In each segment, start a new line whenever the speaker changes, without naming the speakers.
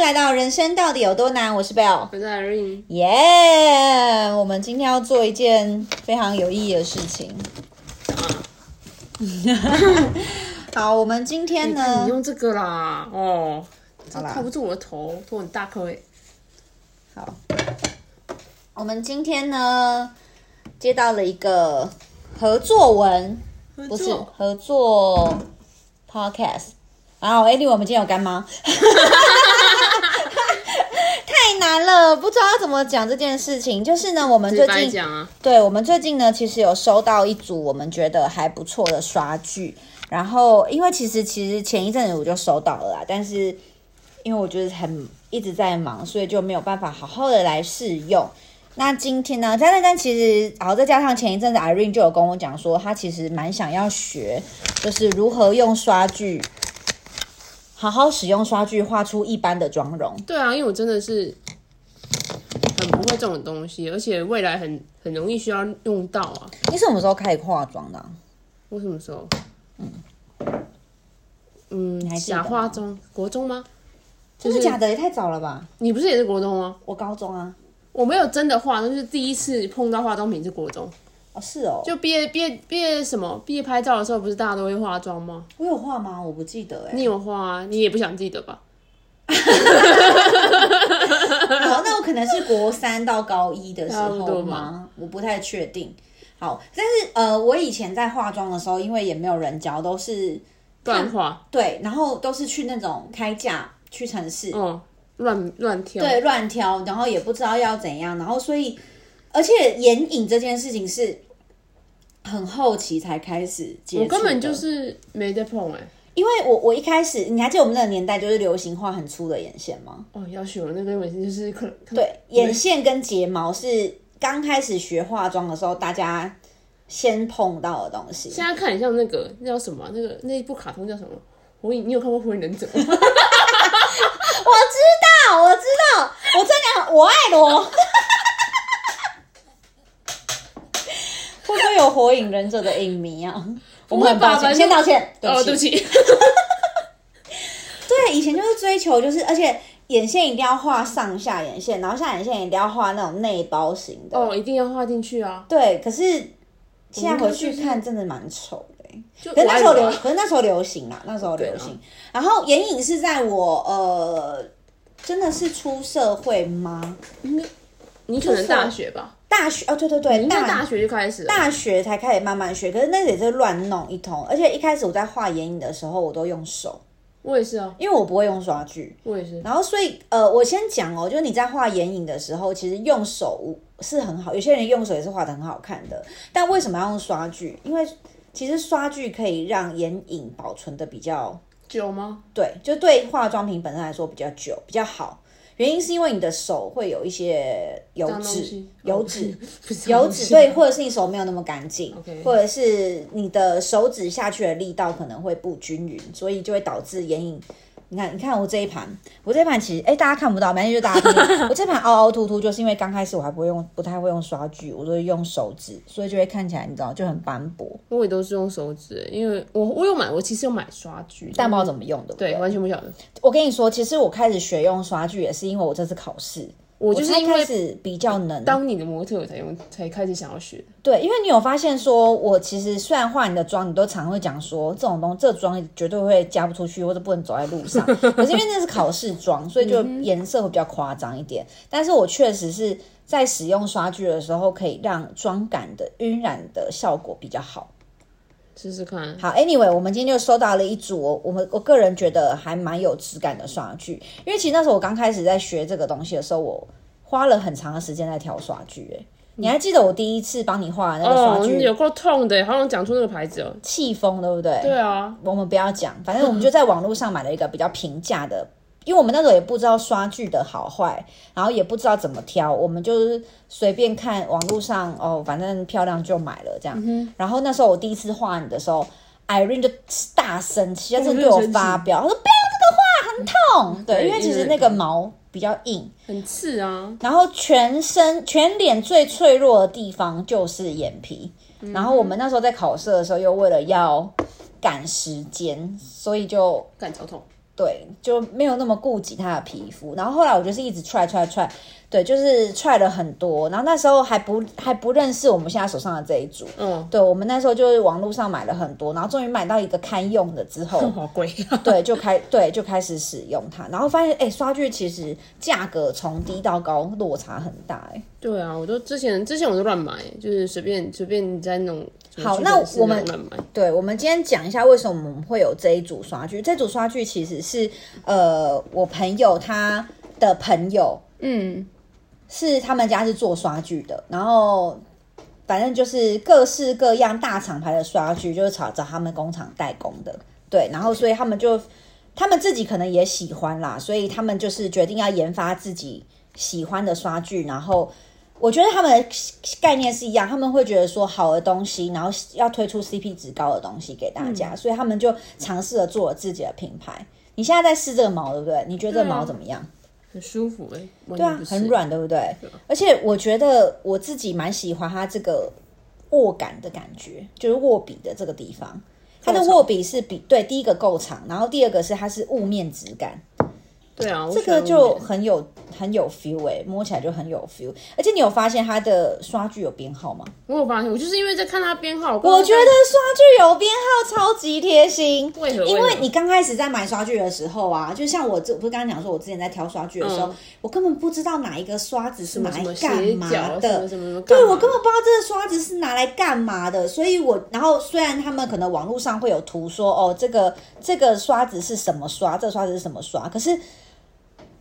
来到人生到底有多难？我是 Bell，
我是 Irene，
耶我们今天要做一件非常有意义的事情。 好，我们今天
你
呢
你？用这个啦，哦，这
好啦
套不住我的头，头很大颗欸诶。
好，我们今天呢接到了一个合作文，
合
不是
作
合作 podcast。然后 anyway，我们今天有干 妈，太难了，不知道要怎么讲这件事情。就是呢，我们
直
最
白
近
讲啊，
对我们最近呢，其实有收到一组我们觉得还不错的刷剧，然后因为其实其实前一阵子我就收到了啦，啊但是因为我就是很一直在忙，所以就没有办法好好的来试用。那今天呢，张丹丹其实，然后再加上前一阵子啊 Irene 就有跟我讲说，她其实蛮想要学，就是如何用刷剧，好好使用刷剧画出一般的妆容。
对啊，因为我真的是很不会这种东西，而且未来很很容易需要用到啊。
你什么时候开始化妆的啊、
我什么时候？嗯
还
嗯，
记得吗
假化妆，国中吗？
真的假的？也太早了吧！
你不是也是国中吗？
我高中啊，
我没有真的化，但是第一次碰到化妆品是国中，
哦是哦，
就毕业毕业毕业什么毕业拍照的时候，不是大家都会化妆吗？
我有画吗？我不记得哎、
你有画啊，你也不想记得吧？
好，那我可能是国三到高一的时
差不多
候吗
吧？
我不太确定。好，但是呃，我以前在化妆的时候，因为也没有人教，都是
乱画，
对，然后都是去那种开价屈臣氏，
嗯，乱乱挑，
对，乱挑，然后也不知道要怎样，然后所以，而且眼影这件事情是很后期才开始接触的，
我根本就是没在碰哎、
因为我我一开始，你还记得我们那个年代就是流行画很粗的眼线吗？
哦，要许我那个每次就是可能
对，眼线跟睫毛是刚开始学化妆的时候大家先碰到的东西。
现在看你像那个那叫什么啊、那个那一部卡通叫什么？火影，你有看过《火影忍者》 吗？
我知道，我知道，我真的很我爱罗。会不会有火影忍者的影迷啊？ 我们很抱
不会吧
歉，先道歉，对不
哦，
起
对不。起，
对，以前就是追求，就是而且眼线一定要画上下眼线，然后下眼线一定要画那种内包型的。
哦，一定要画进去啊！
对，可是现在回去看，真的蛮丑的欸、可是那时候
我爱
流
罗，啊
可是那时候流行啦，那时候
啊
流行。然后眼影是在我呃，真的是出社会吗？
你可能大学吧，
大学哦，对对对，
你在大
大
学就开始了，
大学才开始慢慢学，可是那也是乱弄一通。而且一开始我在画眼影的时候，我都用手，
我也是啊，
因为我不会用刷具。
我也是，
然后所以呃，我先讲哦，就是你在画眼影的时候，其实用手是很好，有些人用手也是画的很好看的。但为什么要用刷具？因为其实刷具可以让眼影保存的比较
久吗？
对，就对化妆品本身来说比较久比较好。原因是因为你的手会有一些油
脏东
脂
西、哦
油 脂、
不是
油脂，对，或者是你手没有那么干净
OK
或者是你的手指下去的力道可能会不均匀，所以就会导致眼影。你看，你看我这一盘，我这一盘其实，哎、大家看不到，没关系，就大家听。我这盘凹哦凹凸凸，就是因为刚开始我还不会用，不太会用刷具，我都是用手指，所以就会看起来你知道就很斑驳，
我也都是用手指欸，因为我我有买，我其实有买刷具，
但不知道怎么用，对不对？
对，完全不晓得。
我跟你说，其实我开始学用刷具也是因为我这次考试，
我
我
就是
才
因
开
为
始比较能。
当你的模特，我才用，才开始想要学。
对，因为你有发现说，我其实虽然化你的妆，你都常会讲说这种东这妆绝对会嫁不出去，或者不能走在路 上。可是因为那是考试妆，所以就颜色会比较夸张一点。但是我确实是在使用刷具的时候，可以让妆感的晕染的效果比较好。
试试看。
好，Anyway，我们今天就收到了一组我我们我个人觉得还蛮有质感的刷具，因为其实那时候我刚开始在学这个东西的时候，我花了很长的时间在挑刷具、欸。你还记得我第一次帮你画的那个
哦
刷，具
有够痛的，好想讲出那个牌子哦。
气风，对不对？
对啊，
我们不要讲，反正我们就在网络上买了一个比较平价的，因为我们那时候也不知道刷具的好坏，然后也不知道怎么挑，我们就是随便看网络上哦，反正漂亮就买了这样。然后那时候我第一次画你的时候，Irene 就大哦生气，她真的对我发飙，她说不要这个画很痛，对，因为其实那个毛比较硬，
很刺啊。
然后全身全脸最脆弱的地方就是眼皮。然后我们那时候在考试的时候，又为了要赶时间，所以就
干脚痛，
对，就没有那么顾及他的皮肤。然后后来我就是一直踹踹踹，对，就是踹了很多。然后那时候还不还不认识我们现在手上的这一组，
嗯，
对我们那时候就是网络上买了很多，然后终于买到一个堪用的之后，
好贵啊！
对，就开对就开始使用它，然后发现哎、刷具其实价格从低到高落差很大哎、
对啊，我都之前之前我都乱买，就是随便随便在那种什么
好
屈
那
臣氏
我们
种乱买，
对，我们今天讲一下为什么我们会有这一组刷具。这组刷具其实是呃，我朋友他的朋友
嗯，
是他们家是做刷具的，然后反正就是各式各样大厂牌的刷具，就是找找他们工厂代工的，对，然后所以他们就他们自己可能也喜欢啦，所以他们就是决定要研发自己喜欢的刷具，然后。我觉得他们的概念是一样，他们会觉得说好的东西，然后要推出 CP 值高的东西给大家，所以他们就尝试着做了自己的品牌。你现在在试这个毛，对不对？你觉得这个
对啊
毛怎么样？
很舒服哎、完
对
全
啊
不，是
很，软，对不对？而且我觉得我自己蛮喜欢它这个握感的感觉，就是握笔的这个地方，它的
够长
握笔是比对第一个够长，然后第二个是它是雾面质感，
对啊，我
这
喜欢
个
用
就
的
很有很有 feel 哎、摸起来就很有 feel。而且你有发现它的刷具有编号吗？
我有发现，我就是因为在看它编号，
我觉得刷具有编号超级贴心，
为何
因
为
为
何
你刚开始在买刷具的时候啊，就像我这我不是刚刚讲说，我之前在挑刷具的时候，
嗯
我根本不知道哪一个刷子是拿
什
来
么
干
斜
嘛
角什
的
么什么什么，干
对
嘛
我根本不知道这个刷子是拿来干嘛的，所以我然后虽然他们可能网络上会有图说哦，这个这个刷子是什么刷，这个刷子是什么刷，可是。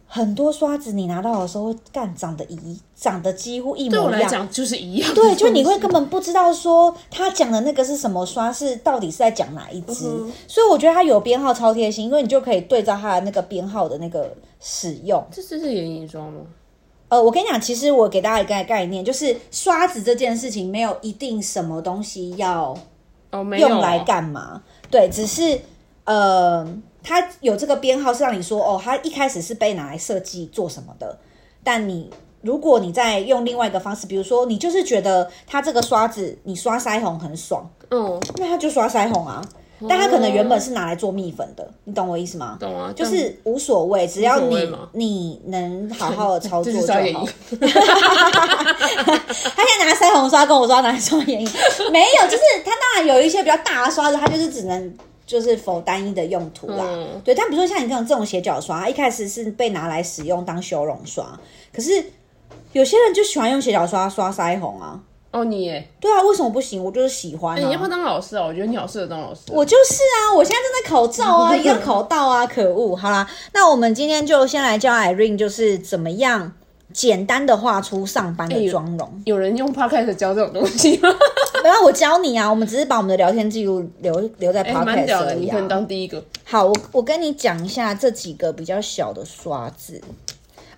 很多刷子你拿到的时候，干长得一长得几乎一模一
对
样。
我来讲就是一样的东
对，
西，
就你会根本不知道说他讲的那个是什么刷，是到底是在讲哪一支，
嗯哼
所以我觉得它有编号超贴心，因为你就可以对照它的那个编号的那个使用。
这这是眼影霜吗？
呃，我跟你讲，其实我给大家一个概念，就是刷子这件事情没有一定什么东西要
哦，没有
用来干嘛，对，只是呃，它有这个编号是让你说哦，它一开始是被拿来设计做什么的，但你。如果你再用另外一个方式，比如说你就是觉得它这个刷子你刷腮红很爽，
哦，嗯，
那它就刷腮红啊。但它可能原本是拿来做蜜粉的，你懂我意思吗？
懂啊，
就
这样
是无所谓，只要
无所
你
谓嘛
你能好好的操作
这是
就
刷眼
好
影。
他现在拿腮红刷跟我说他拿双眼 影，没有，就是他当然有一些比较大的刷子，他就是只能就是否单一的用途啦。
嗯
对，但比如说像你这种这种斜角刷，它一开始是被拿来使用当修容刷，可是有些人就喜欢用斜角刷刷腮红啊。
哦，你耶，
对啊，为什么不行？我就是喜欢、啊
哎你要不要当老师啊？我觉得你好适合当老师。
我就是啊，我现在正在考照 啊，要考到啊，可恶！好啦，那我们今天就先来教 Irene，就是怎么样简单的画出上班
哎
的
呦
妆容。
有人用 podcast 教这种东西 吗？
没有，我教你啊，我们只是把我们的聊天记录留留在
哎，蛮
podcast
屌
而
的，
已
你可能
啊。
当第一个。
好，我我跟你讲一下这几个比较小的刷子。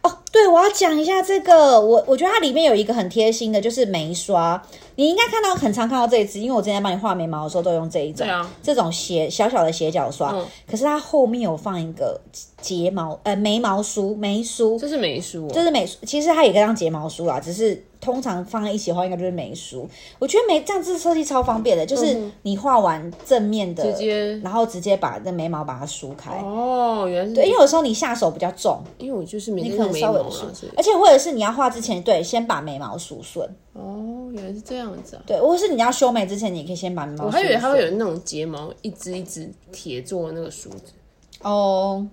哦，对，我要讲一下这个，我我觉得它里面有一个很贴心的，就是眉刷。你应该看到很常看到这一支，因为我之前帮你画眉毛的时候都用这一种，
对啊
这种斜小小的斜角刷。
嗯
可是它后面有放一个睫毛呃眉毛梳眉梳，
这是美术、
就
哦，
是美术，其实它也可以当睫毛梳啦，只是通常放在一起的话，应该就是眉梳。我觉得眉这样子设计超方便的，就是你画完正面的，
嗯直接
然后直接把那眉毛把它梳开。
哦，原来是
对，因为有时候你下手比较重，
因为我就是每
你
天
可
都
能
眉
稍
毛啊
微
啦，
梳
所以，
而且或者是你要画之前，对，先把眉毛梳顺，
哦，原来是这样子啊。
对，或者是你要修眉之前，你可以先把眉毛梳顺。
我还以为它会有那种睫毛一支一支铁做的那个梳子，
哦，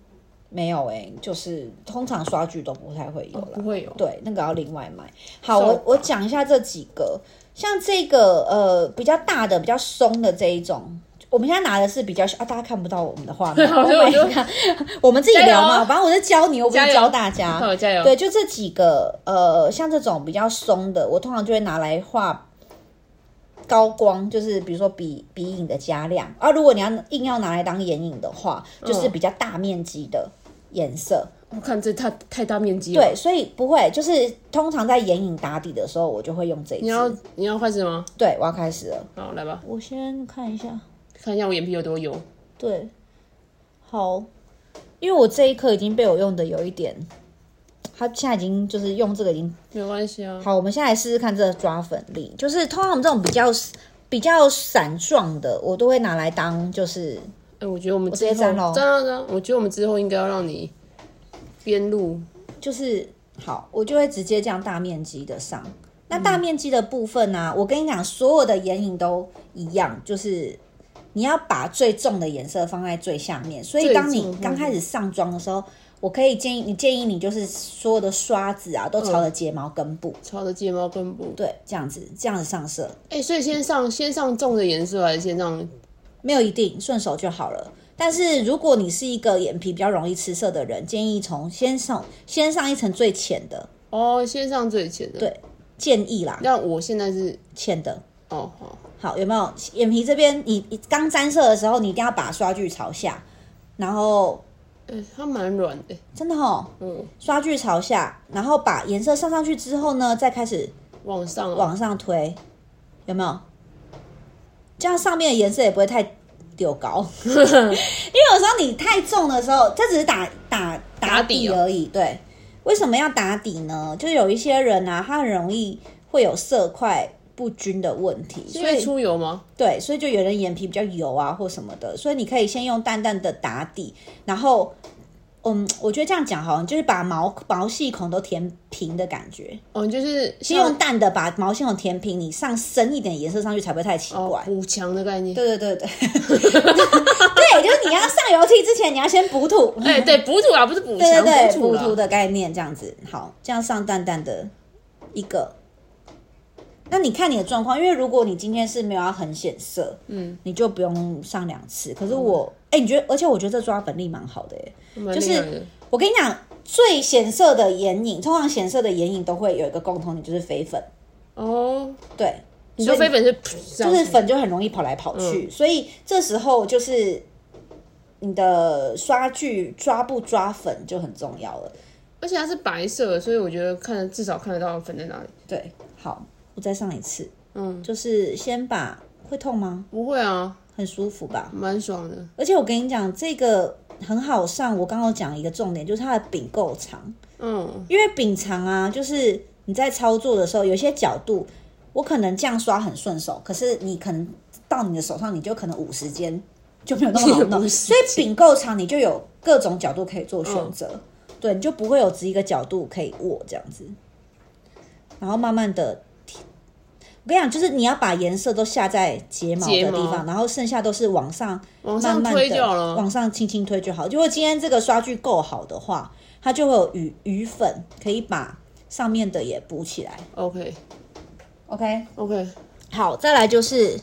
没有哎、就是通常刷具都不太会有啦。
哦不会有。
对，那个要另外买。好，
手
我我讲一下这几个，像这个呃比较大的、比较松的这一种，我们现在拿的是比较小啊，大家看不到我们的画面
好
，Oh
所以我
my
就
god，我们自己聊
加
嘛，
油啊
反正我在教你，又不是
加油
教大家
好，。加油！
对，就这几个呃，像这种比较松的，我通常就会拿来画。呃高光就是比如说鼻鼻影的加亮啊，如果你要硬要拿来当眼影的话，
嗯
就是比较大面积的颜色。
我看这太太大面积了。，
对，所以不会，就是通常在眼影打底的时候，我就会用这一
你要
支。
你要开始吗？
对，我要开始了，
好，来吧，
我先看一下。
看一下我眼皮有多油。
对，好，因为我这一颗已经被我用的有一点，它现在已经就是用这个已经
没有关系啊，
好。我们现在来试试看这个抓粉力，就是通常我们这种比较比较散状的，我都会拿来当就是
嗯、哎，我觉得我们
我
之
直接哦
后
删咯
删了删了，我觉得我们之后应该要让你边录，
就是好，我就会直接这样大面积的上。那大面积的部分呢、我跟你讲，所有的眼影都一样，就是你要把最重的颜色放在最下面。所以当
最重
你
嗯
刚开始上妆的时候，我可以建议你建议你就是所有的刷子啊都朝着睫毛根部，
朝着睫毛根部。
对，这样子这样子上色，
哎，所以先上先上重的颜色，还是先上？
没有一定顺手就好了。但是如果你是一个眼皮比较容易吃色的人，建议从先上先上一层最浅的，
哦，先上最浅的。
对，建议啦，
那我现在是
浅的。
哦好，
好，有没有眼皮这边？你你刚沾色的时候，你一定要把刷具朝下，然后
哎，它蛮软的。
真的哦，
嗯，
刷具朝下，然后把颜色上上去之后呢，再开始
往上啊
往上推，有没有？这样上面的颜色也不会太丢 高，因为有时候你太重的时候，这只是打打
打
底
底哦
而已。对，为什么要打底呢？就是有一些人啊，他很容易会有色块不均的问题，
因
所以
为出油吗？
对，所以就有人眼皮比较油啊，或什么的，所以你可以先用淡淡的打底，然后，嗯，我觉得这样讲好，你就是把毛毛细孔都填平的感觉，
哦，就是
先用淡的把毛细孔填平，你上深一点颜色上去才不会太奇
哦
怪。
补强的概念。
对对对对， 对，就是你要上油漆之前，你要先补土。
哎， 对，补土啊，不是补
对
强，
对对，
补
补
啦
涂的概念这样子，好，这样上淡淡的一个。那你看你的状况，因为如果你今天是没有要很显色，嗯，你就不用上两次。可是我，哎、你觉得？而且我觉得这抓粉力蛮好的、欸，
嗯蛮
就
厉
是
害的
我跟你讲，最显色的眼影，通常显色的眼影都会有一个共同点，就是飞粉。
哦，
对，
你说
所以
飞粉是就
就是粉就很容易跑来跑去，所以这时候就是你的刷具抓不抓粉就很重要了。
而且它是白色，所以我觉得看至少看得到粉在哪里。
对，好，我再上一次，
嗯，
就是先把会痛吗？
不会啊，
很舒服吧？
蛮爽的。
而且我跟你讲，这个很好上。我刚刚有讲一个重点，就是它的柄够长，
嗯，
因为柄长啊，就是你在操作的时候，有些角度我可能这样刷很顺手，可是你可能到你的手上，你就可能五十间就没有那么好弄，
50
所以柄够长，你就有各种角度可以做
嗯
选择，对，你就不会有只一个角度可以握这样子，然后慢慢的。我跟你讲，就是你要把颜色都下在睫毛
睫
的
毛
地方，然后剩下都是往上
往
慢
上
慢
推
的
就好了。
往上轻轻推就好。如果今天这个刷具够好的话，它就会有余余粉，可以把上面的也补起来。
OK
OK，
OK，
好，再来就是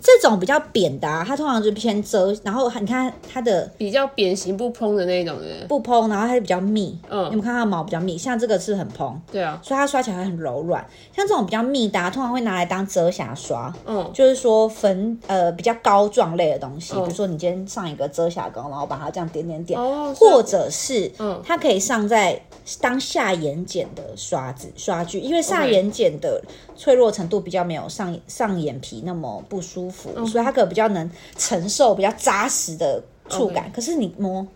这种比较扁的、啊，它通常就偏遮，然后你看它的
比较扁形不蓬的那一种的。
不蓬，然后它就比较密。
嗯
你们看它的毛比较密，像这个是很蓬，
对啊，
所以它刷起来很柔软。像这种比较密的、啊，通常会拿来当遮瑕刷。
嗯，
就是说粉呃比较膏状类的东西，
嗯
比如说你今天上一个遮瑕膏，然后把它这样点点点，
哦，所以
或者是
嗯
它可以上在当下眼睑的刷子刷具，因为下眼睑的脆弱程度比较没有上上眼皮那么不舒服，
嗯
所以它可能比较能承受比较扎实的触感。可是你摸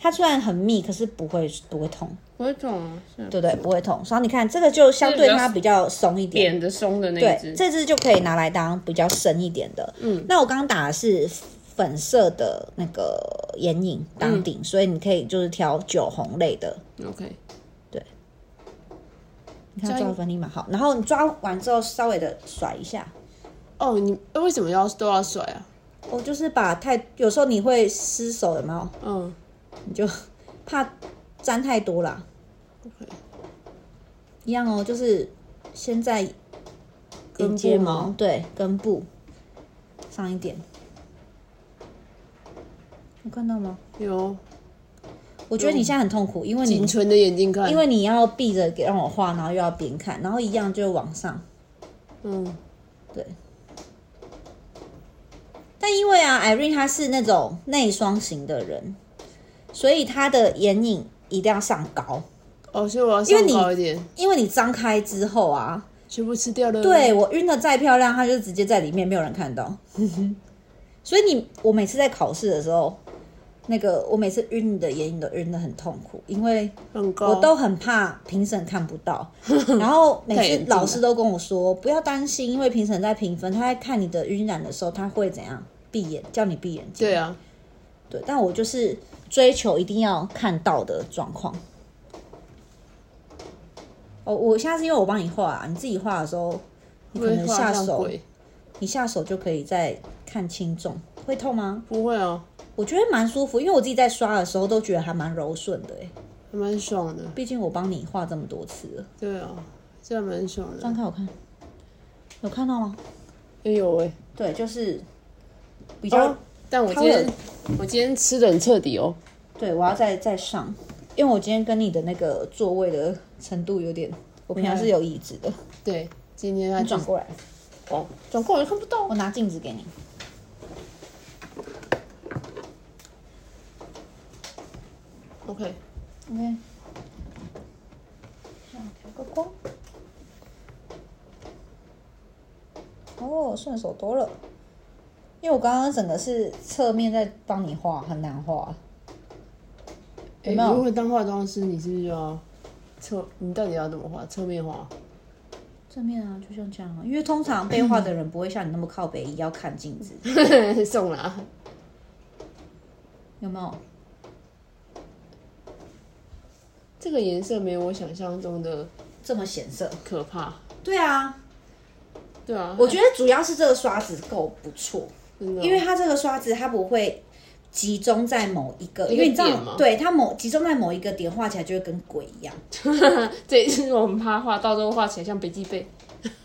它虽然很密，可是不会不会痛，
不会痛啊，是
对不对？不会痛。然后你看这个就相对
就是比较
它比较松一点，
扁的松的那一
对，
只。
这支就可以拿来当比较深一点的。嗯，那我刚刚打的是粉色的那个眼影当
嗯
顶，所以你可以就是挑酒红类的。
OK，
你看
加
抓
油
的粉底蛮好，然后你抓完之后稍微的甩一下。
哦，你为什么要都要甩啊？
我哦就是把太有时候你会失手，有没有？
嗯
你就怕沾太多啦。
，OK，
一样哦，就是先在
根部
眼睫毛
吗
对根部上一点，有看到吗？
有
我觉得你现在很痛苦，因为你
仅存的眼睛看，
因为你要闭着给让我画，然后又要边看，然后一样就往上。
嗯，
但因为啊，Irene 她是那种内双型的人，所以她的眼影一定要上高，
哦，所以我要
因为
上
你
高一点，
因为你张开之后啊，
全部吃掉了。，
对我晕的再漂亮，她就直接在里面，没有人看到。 所以你我每次在考试的时候，那个我每次晕你的眼影都晕的很痛苦，因为
很高。
我都很怕评审看不 到，然后每
太严
次
重了
老师都跟我说不要担心，因为评审在评分，他在看你的晕染的时候，他会怎样？闭眼，叫你闭眼睛。
对啊，
对，但我就是追求一定要看到的状况。哦，我下次因为我帮你画、啊，你自己画的时候，你
不
可
会
能
画
下
像
手，
鬼
你下手就可以再看轻重，会痛吗？
不会啊，
我觉得蛮舒服，因为我自己在刷的时候都觉得还蛮柔顺的、欸，
还蛮爽的。
毕竟我帮你画这么多次了，
对啊，这还蛮爽
这样
的。
看好看，有看到吗？
哎呦喂，
对，就是比较、
哦，但我今天我今天吃的很彻底哦。
对，我要再再上，因为我今天跟你的那个座位的程度有点，我平常是有椅子的，
对，今天他
你转过来，
哦，转过来看不到。
我拿镜子给你。
OK，
OK，这样调个光。哦，顺手多了，因为我刚刚整个是侧面在帮你画，很难画。
哎、
有没有
如果当化妆师，你是不是就要侧？你到底要怎么画？侧 面画？
正面啊，就像这样啊，因为通常被画的人不会像你那么靠北，也要看镜子，
送啦。
有没有？
这个颜色没有我想象中的
这么显色？
可怕。
对啊，
对啊，
我觉得主要是这个刷子够不错，
真的哦
因为它这个刷子它不会集中在某一个，
一个
因为你知
点吗
道，对它某集中在某一个点画起来就会跟鬼一 样。
这也是我们怕画，到时候画起来像笔记背。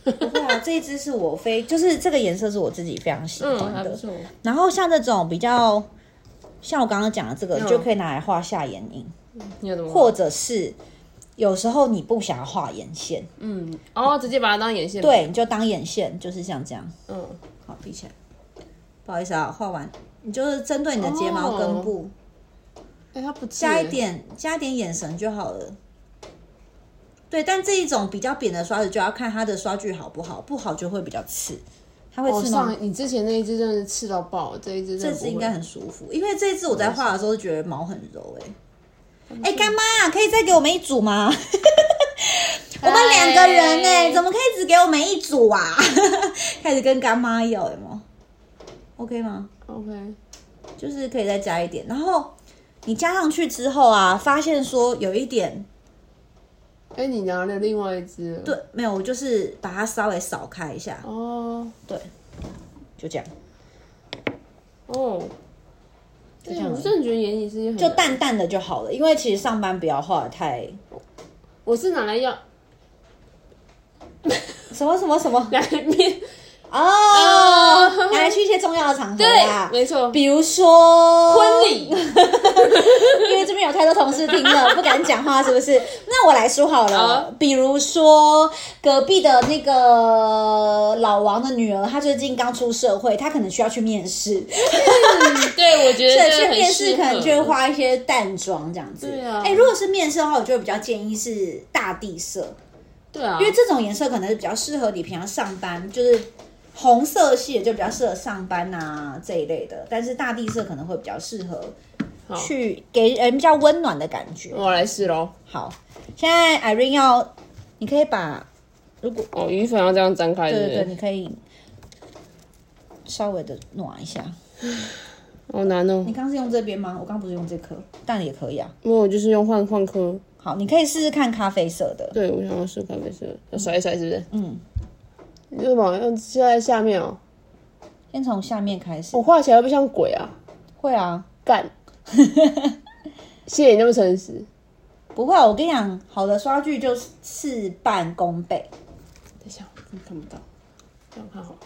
不会啊，这一支是我非就是这个颜色是我自己非常喜
嗯，
欢
还
的。
不错。
然后像这种比较，像我刚刚讲的这个，
嗯
就可以拿来画下眼影，
你要怎么画？
或者是有时候你不想要画眼线，
嗯，哦，直接把它当眼线。，
对，你就当眼线，就是像这样。
嗯，
好，闭起来。不好意思啊，画完你就是针对你的睫毛
哦
根部。
哎、它不
加
加
一，点加一点眼神就好了。对，但这一种比较扁的刷子就要看它的刷具好不好，不好就会比较刺，它会
哦，
刺吗？
上你之前那一只真的是刺到爆，这一只真
这
的不
支
会
应该很舒服，因为这支我在画的时候觉得毛很柔哎、哎、干妈，可以再给我们一组 吗？我们两个人哎、
嗨
怎么可以只给我们一组啊？ 开始跟干妈要有没有？OK 吗？
OK。
就是可以再加一点。然后你加上去之后啊，发现说有一点
哎、你拿了另外一只。
对，没有，我就是把它稍微扫开一下，
哦
对，就这样，
哦，
就
对
这
啊，
样
我
而已，
真的觉得眼影是一件很
就淡淡的就好了。因为其实上班不要画得太
我是拿来要
什么什么什么
来面
哦，拿来去一些重要的场合啦，
没错，
比如说
啊婚，礼。
因为这边有太多同事听了不敢讲话，是不 是？那我来说好了
好，啊
比如说隔壁的那个老王的女儿，她最近刚出社会，她可能需要去面试，
对，我觉得
对，
这
去
很
面试
适
可能
合
就会画一些淡妆这样子。
对啊
哎、如果是面试的话，我就会比较建议是大地色，
对啊，
因为这种颜色可能是比较适合你平常上班，就是红色系也就比较适合上班啊这一类的，但是大地色可能会比较适合
好
去给人比较温暖的感觉。
我来试喽。
好，现在 Irene 要，你可以把，如果
哦，鱼粉要这样张开，
对
对不
对对，你可以稍微的暖一下。
好难哦
你。刚是用这边吗？我刚不是用这颗，但也可以啊。
因为我就是用换换颗，
好，你可以试试看咖啡色的。
对我想要试咖啡色，要甩一甩是不是？
嗯，
你为什么要就在下面哦？
先从下面开始。
我画起来会不会像鬼啊？
会啊，
干！谢谢你那么诚实。
不会啊。我跟你讲，好的刷具就是事半功倍。
等一下，我根本看不到，这样看好了。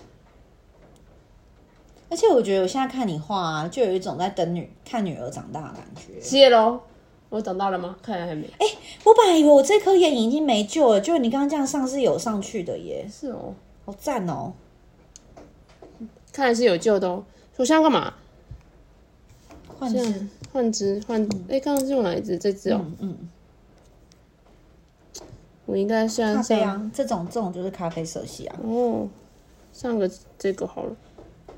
而且我觉得我现在看你画、啊，就有一种在等女看女儿长大的感觉。
谢谢喽。我长大了吗？看来还没。哎、
我本来以为我这颗眼影已经没救了，就你刚刚这样上是有上去的耶，
是哦，
好赞哦！
看来是有救的哦。我现在干嘛？
换
这
支
样，换只换，哎、刚刚是用哪一只？这只哦。
嗯嗯，
我应该
咖
先
啡
上。
啊，这种这种就是咖啡色系啊。
哦，上个这个好了。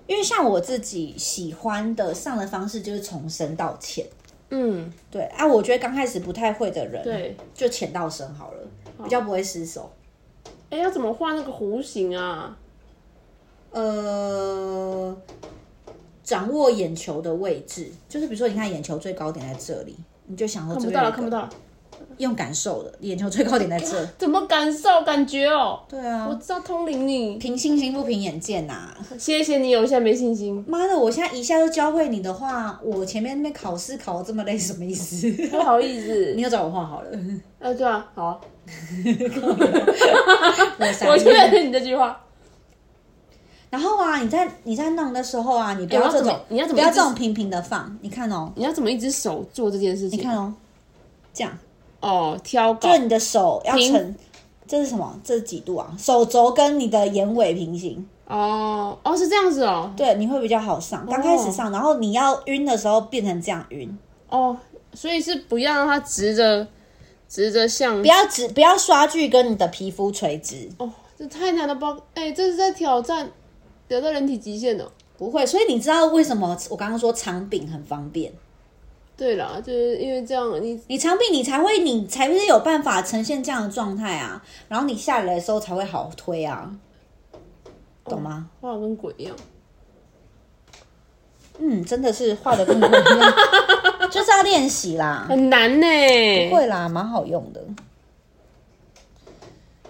因为像我自己喜欢的上的方式就是从深到浅，
嗯，
对啊，我觉得刚开始不太会的人，
对。
就浅到深好了，比较不会失手。
哎、要怎么画那个弧形啊？
呃，掌握眼球的位置，就是比如说，你看眼球最高点在这里，你就想说哦
看
这
不
边有
到了，
一个
看不到了，
用感受的，眼球最高点在 这。
怎么感受感觉哦？
对
我
啊，
知道通灵你，
凭信心不凭眼见呐、
谢谢你哦，我现在没 信心，
妈的，我现在一下就教会你的话，我前面那边考试考得这么累，什么意思？
不好意思
你。又找我画 好了，
哎，对啊，好啊，
我傻
我确
眼。
认你这句话。
然后啊，你在你在弄的时候啊，你不要
哎我要
这
怎么
种，
你要怎么
不要
一
这
直
种平平的放？你看哦，
你要怎么一只手做这件事情？
你看哦，这样，
哦，挑
就是
高，
你的手要
平
成，这是什么？这是几度啊？手肘跟你的眼尾平行，
哦哦，是这样子哦，
对，你会比较好上。刚开始上，然后你要晕的时候变成这样晕，
哦，所以是不要让它直着，直着向
不要直，不要刷剧跟你的皮肤垂直，
哦，这太难了吧？哎、这是在挑战挑战人体极限哦。
不会。所以你知道为什么我刚刚说长柄很方便？
对啦，就是因为这样，你
你长柄你才会，你才会有办法呈现这样的状态啊。然后你下来的时候才会好推啊，懂吗？
画跟鬼一样。
嗯，真的是画的跟我一样， 就是要练习啦。
很难呢、
会啦，蛮好用的。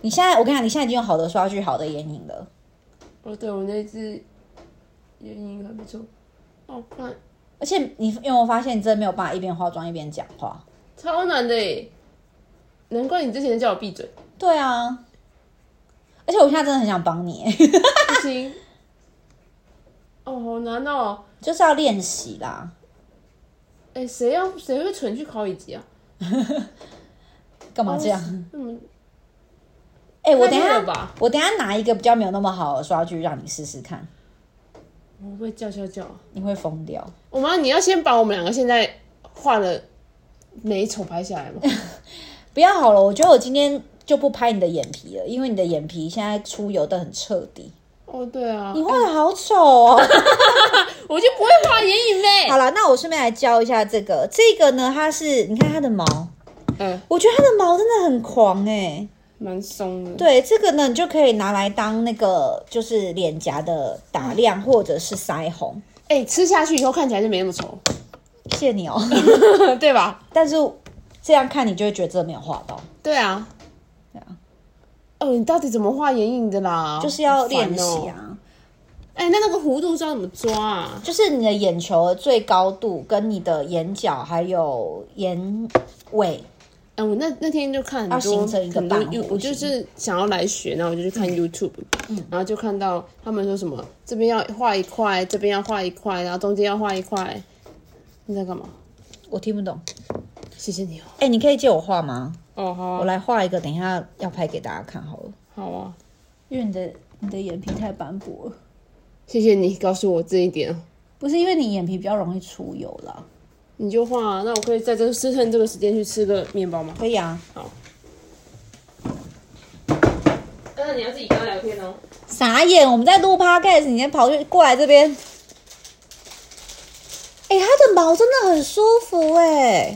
你现在，我跟你讲，你现在已经有好的刷具、好的眼影了。
哦，对我那只眼影还不错。哦，看
而且你有没有发现，你真的没有办法一边化妆一边讲话？
超难的耶，难怪你之前叫我闭嘴，
对啊，而且我现在真的很想帮你，
不行。 哦，好难哦。
就是要练习啦。
哎、谁要谁会蠢去考乙级啊？
干嘛这样？
嗯，
哎、我等一
太累
下
了吧，
我等一下拿一个比较没有那么好的刷具让你试试看，
我会叫叫叫。
你会疯掉。
我妈，你要先把我们两个现在画的美丑拍下 来吗？
不要好了，我觉得我今天就不拍你的眼皮了，因为你的眼皮现在出油的很彻底，
哦，对啊，
你画的好丑哦。
我就不会画眼影呗。
好了，那我顺便来教一下这个，这个呢，它是你看它的毛，
嗯，
我觉得它的毛真的很狂哎、
蛮松的。
对，这个呢，你就可以拿来当那个就是脸颊的打亮或者是腮红。
哎、吃下去以后看起来就没那 么丑，
谢谢你哦，
对吧？
但是这样看你就会觉得真的没有画到，
对啊，
对啊，
哦，你到底怎么画眼影的啦？
就是要
好烦哦
练习。啊，
哎、那那个弧度是要怎么抓啊？
就是你的眼球的最高度跟你的眼角还有眼尾，
哎、我那那天就看
要
很多
形成一个
很多
半
You，
弧
我就是想要来学，然后我就去看 YouTube，、然后就看到他们说什么这边要画一块，这边要画一块，然后中间要画一块。你在干嘛？
我听不懂。
谢谢你哦。
哎、你可以借我画吗？
哦，好
我
啊，
来画一个，等一下要拍给大家看好了。
好啊，
因为你的你的眼皮太斑驳了，
谢谢你告诉我这一点哦。
不是因为你眼皮比较容易出油啦。
你就画啊、那我可以在这个趁这个时间去吃个面包吗？
可以啊，
但啊是你要自己跟他聊天哦。
傻眼！我们在录 podcast，你先跑去过来这边。哎、它的毛真的很舒服哎、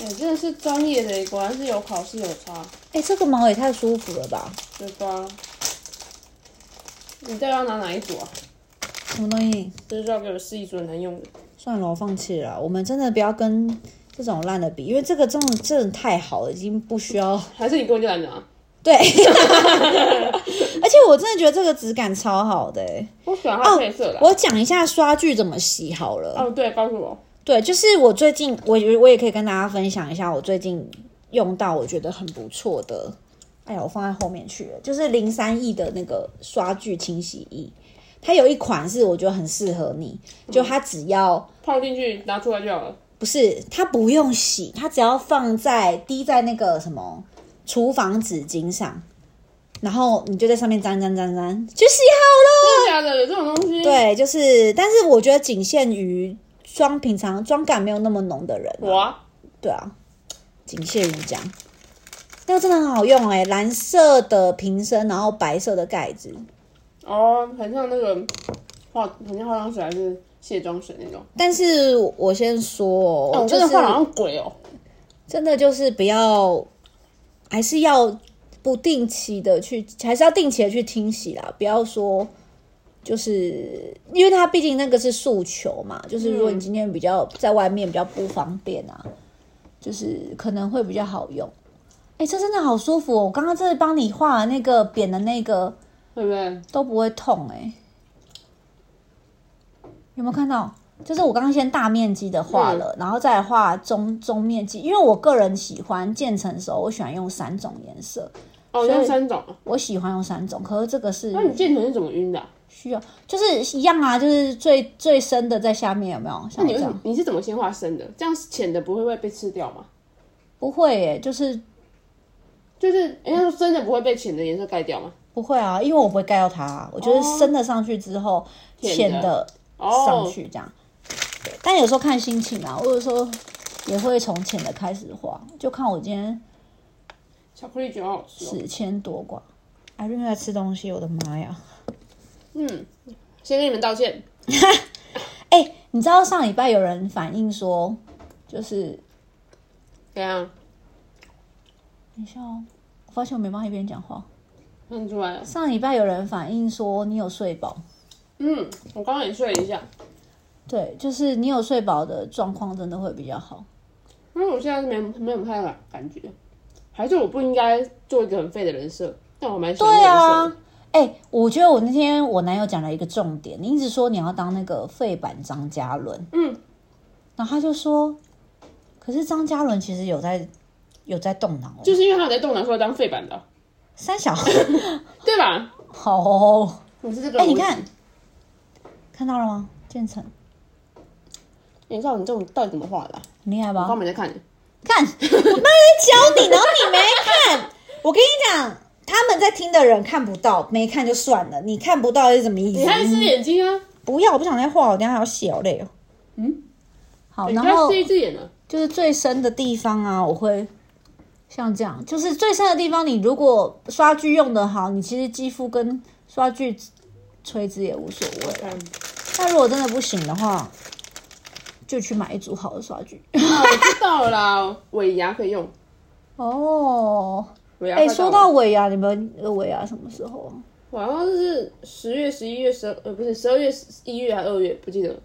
哎、真的是专业的，果然是有考试有差，
哎、这个毛也太舒服了吧？
对吧？你到底要拿哪一组啊？
什么东西？
就是要给我试一组很难用的。
算了，我放弃了啦。我们真的不要跟这种烂的比，因为这个真的真的太好了，已经不需要。
还是你根本就懒得拿？
对， 而且我真的觉得这个质感超好的、欸。
我喜欢它的配色啦。
我讲一下刷具怎么洗好了。
哦，对，告诉我。
对，就是我最近，我也我也可以跟大家分享一下，我最近用到我觉得很不错的，哎呀，我放在后面去了，就是零三亿的那个刷具清洗液，它有一款是我觉得很适合你，就它只要
泡进去拿出来就好了。
不是它不用洗，它只要放在滴在那个什么厨房纸巾上，然后你就在上面沾沾沾沾就洗好了。
真的假的？有这种东西？，
对，就是，但是我觉得仅限于妆平常妆感没有那么浓的人、
我啊，
对啊，仅限于这样。那个真的很好用哎、蓝色的瓶身，然后白色的盖子。
哦，很像那个化，很像化妆水还是卸妆水那种。
但是我先说哦，
哦，我
就
真
是
的画得好像鬼哦。
真的就是不要，还是要不定期的去，还是要定期的去清洗啦，不要说就是因为它毕竟那个是诉求嘛，就是如果你今天比较在外面比较不方便啊，就是可能会比较好用。哎、这真的好舒服哦！我刚刚真的帮你画的那个扁的那个
对不对？
都不会痛哎、有没有看到？就是我刚刚先大面积的画
嗯
了，然后再来画中中面积，因为我个人喜欢渐层的时候，我喜欢用三种颜色，
哦，
所以嗯
用三种。
我喜欢用三种，可是这个是
那你建成是怎么晕的啊、
需要，就是一样啊，就是最最深的在下面有没有？像
那你
我
为
这
什
样
么你是怎么先画深的？这样浅的不会被吃掉吗？
不会耶、就是
就是人家说深的不会被浅的颜色盖掉吗？
不会啊，因为我不会盖到它啊、我觉得深的上去之后，
哦的
浅的
哦
上去这样。对但有时候看心情啊，我有时候也会从浅的开始画，就看我今天
巧克力卷好好吃哦。
纸钱多寡。阿瑞在吃东西，我的妈呀！
嗯，先跟你们道歉。
哎、你知道上礼拜有人反映说，就是
怎样？
等一下哦，我发现我没办法一边讲话。
看出来了。
上礼拜有人反映说你有睡饱，
嗯，我刚刚也睡了一下，
对，就是你有睡饱的状况真的会比较好。
因为我现在是没没有太感感觉，还是我不应该做一个很废的人设，但我蛮喜欢这
对
个人
啊
设的。，
哎、我觉得我那天我男友讲了一个重点，你一直说你要当那个废版张嘉伦，
嗯，
然后他就说，可是张嘉伦其实有在有在动脑哦，
就是因为他有在动脑，说当废版的，
三小
对吧？
好哦，
你是这个逻
哎、
辑，
你看看到了吗？建成
你看你这种到底怎么画的啊、
很厉害
我
吧
刚？没在看，
看，我妈在教你，然后你没看。 我跟你讲，他们在听的人看不到，没看就算了，你看不到是什么意
你还
思？
是眼睛啊？
不要，我不想再画，我等一下还要写，好累哦。
嗯，
好，
你
然
还
后
是一只眼 呢？
就是最深的地方啊，我会像这样，就是最深的地方，你如果刷具用的好，你其实肌肤跟刷具垂直也无所谓。啊
看，
那如果真的不行的话，就去买一组好的刷具。
啊，我知道了啦，尾牙可以用。
哦，
尾牙快
哎、
了，
说到尾牙，你们呃尾牙什么时候啊？
我好像是十月、十一月、十呃不是十二月、一月还是二月，不记得了。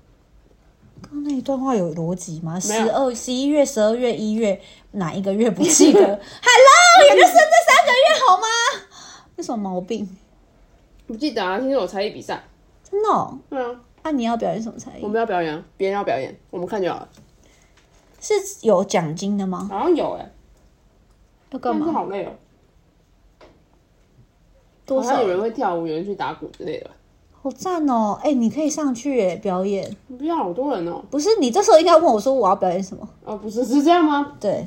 刚刚那一段话有逻辑吗？十
没有
二、十一月、十二月、一月，哪一个月不记 得？Hello，也就剩这三个月好吗？有什么毛病？
不记得啊，听说有才艺比赛。
真的、哦？
对啊，
那、你要表演什么才
我
艺？
们要表演啊，别人要表演，我们看就好了。
是有奖金的吗？
好像有哎、欸，
要干
但是
嘛？
好累哦、
多
好像
少
有？人会跳舞，有人去打鼓之类的吧。
好赞哦！哎、你可以上去耶表演。
不要好多人哦、
不是你这时候应该问我说我要表演什么？
哦，不是是这样吗？
对，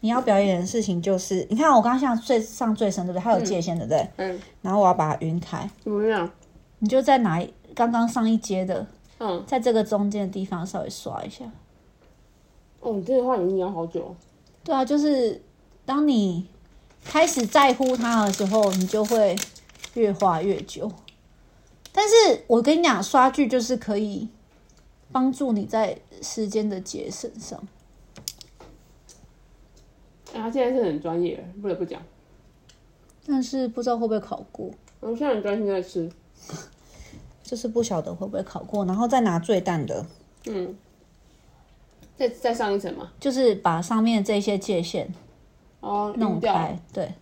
你要表演的事情就是，你看我刚刚像最上最深对不对？它有界限对不对？
嗯，
然后我要把它晕开，
怎么样？
你就在哪一刚刚上一阶的，
嗯，
在这个中间的地方稍微刷一下。
哦，你这个话你聊好久哦、
对啊，就是当你开始在乎它的时候，你就会越画越久。但是我跟你讲，刷剧就是可以帮助你在时间的节省上。
哎，他现在是很专业，不得不讲。
但是不知道会不会考过，
我哦现在很专心在吃，
就是不晓得会不会考过，然后再拿最淡的，
嗯，再再上一层嘛，
就是把上面这些界限
哦，晕
弄
掉
开。对，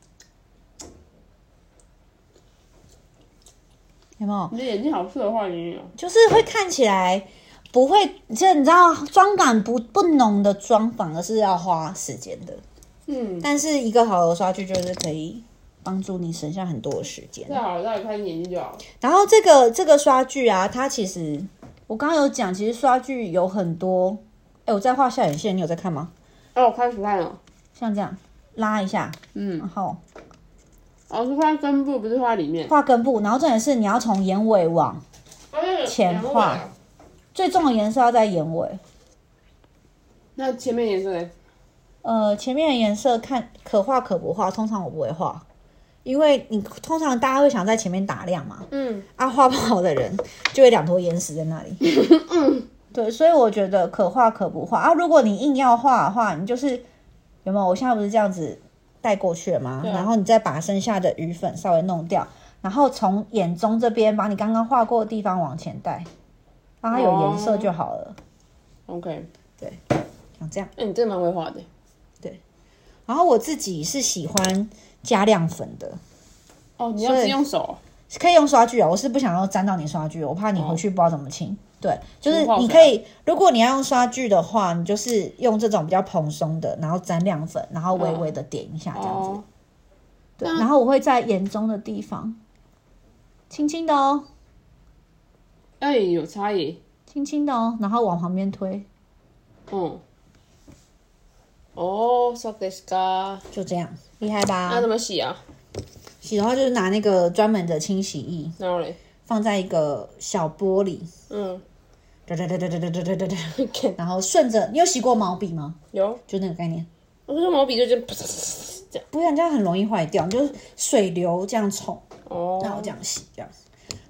有没有？
你的眼睛好适合画眼影哦，
就是会看起来不会，就是你知道妆感不不浓的妆，反而是要花时间的。
嗯，
但是一个好的刷具就是可以帮助你省下很多的时间。
太好了，让你看眼睛就好了。
然后这个这个刷具啊，它其实我刚刚有讲，其实刷具有很多。哎，我在画下眼线，你有在看吗？
哦，我开始看了，
像这样拉一下，
嗯，
然后
哦，是画根部，不是画里面。
画根部，然后重点是你要从眼尾往前画
哎
最重的颜色要在眼尾。
那前面颜色呢？
呃，前面的颜色看可画可不画，通常我不会画，因为你通常大家会想在前面打亮嘛，
嗯，
啊，画不好的人就会两坨眼屎在那 里。嗯，对，所以我觉得可画可不画啊。如果你硬要画的话，你就是有没有？我现在不是这样子带过去了吗？
对啊
然后你再把剩下的余粉稍微弄掉，然后从眼中这边把你刚刚画过的地方往前带，让它有颜色就好了。
OK，
像这样。
那、你真的蛮会画的。
然后我自己是喜欢加亮粉的，
哦，你要
所以
是用手，
可以用刷具啊，我是不想要沾到你刷具，我怕你回去不知道怎么清。对，就是
不好
你可以，如果你要用刷具的话，你就是用这种比较蓬松的，然后沾亮粉，然后微微的点一下这样子。
哦，
对，然后我会在眼中的地方，轻轻的哦，
哎、有差异。
轻轻的哦，然后往旁边推，
嗯。哦，そうですか。
就这样，厉害吧
那？怎么洗啊？
洗的话就是拿那个专门的清洗液
然后嘞，
放在一个小玻璃，
嗯，
哒哒哒哒哒哒哒哒哒，然后顺着，你有洗过毛笔吗？
有，
就那个概念。
我这个毛笔就这样，这样。
不然这样很容易坏掉，你就是水流这样冲，然后
哦
这样洗这样。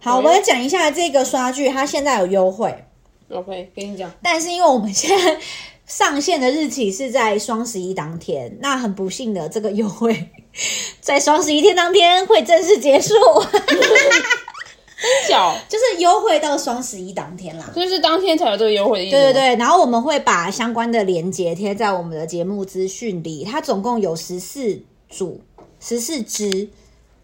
好，我们来讲一下这个刷具，它现在有优惠，
，OK，跟你讲，
但是因为我们现在上线的日期是在双十一当天，那很不幸的这个优惠 在双十一天当天会正式结束，
小，
就是优惠到双十一当天啦。
所以是当天才有这个优惠的意思。
对对，对，然后我们会把相关的链接贴在我们的节目资讯里，它总共有十四组，十四支。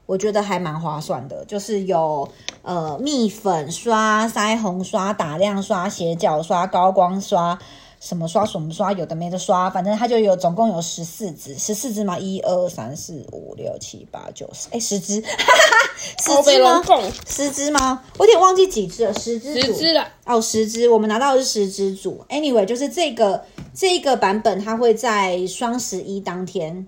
我觉得还蛮划算的，就是有呃蜜粉刷、腮红刷、打亮刷、斜角刷、高光刷，什么刷什么刷，有的没的刷，反正它就有总共有十四支，十四支嘛，一二三四五六七八九十，哎，十支， 十
欧贝
支
龙
吗？
凤，
十支吗？我有点忘记几支了，十支
十
组
支了。
哦，十支，我们拿到的是十支组。Anyway，就是这个这个版本，它会在双十一当天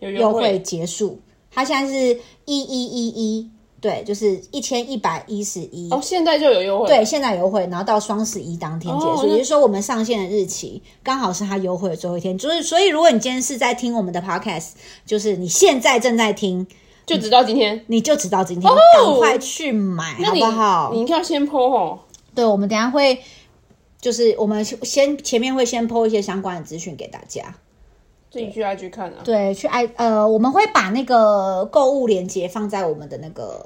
有
优
优
惠
惠，
结束。它现在是一一一一，对，就是一千一百一十一。
哦，现在就有优惠，
对，现在优惠，然后到双十一当天结束，
哦那
也就是说我们上线的日期刚好是它优惠的最后一天。就是所以，如果你今天是在听我们的 podcast，就是你现在正在听，
就直到今天。
你就知道今天，
哦
赶快去买，
那
好
你
不好？
你一定要先 PO 哦，
对，我们等一下会，就是我们先前面会先 PO 一些相关的资讯给大家。
自己去 IG 看啊。
对，去爱呃，我们会把那个购物链接放在我们的那个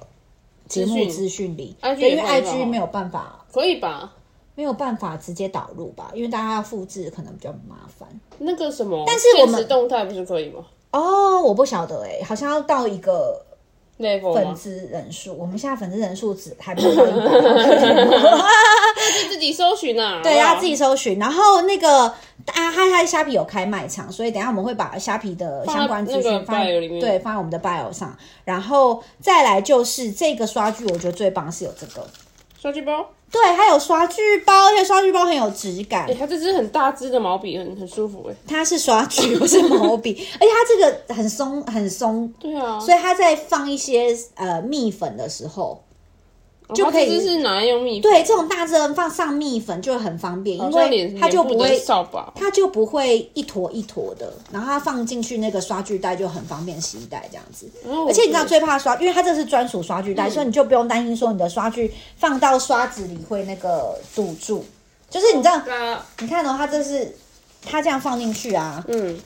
节目
资讯
资讯里，
IG
对，因为
也可以吧
IG 没有办法
可以吧？
没有办法直接导入吧，因为大家要复制可能比较麻烦。
那个什么，
但是我们
现实动态不是可以吗
哦，我不晓得哎、好像要到一个
？Level
粉
吗？
丝人数，我们现在粉丝人数只还不到一 百。
就自己搜寻啊。
对，
好不好
要自己搜寻。然后那个啊，嗨嗨，虾皮有开卖场，所以等一下我们会把虾皮的相关资
放在那
讯
个
放在
bio 里面
对放在我们的 bio 上。然后再来就是这个刷具，我觉得最棒是有这个，
刷具包。
对，还有刷具包，而且刷具包很有质感
哎、。它这支很大支的毛笔，很很舒服哎、
它是刷具，不是毛 笔，而且它这个很松很松，
对啊，
所以它在放一些呃蜜粉的时候，就
哦它
可以
这支是拿来用蜜粉，
对这种大支的放上蜜粉就很方便，因
好像
为
脸
它就
脸
不
部的
会
扫把。
它就不会一坨一坨的，然后它放进去那个刷具袋就很方便吸带这样子。
哦
而且你知道最怕刷，因为它这是专属刷具袋，所以你就不用担心说你的刷具放到刷子里会那个堵住。就是你知道，
啊，
你看哦，它这是它这样放进去啊，
嗯，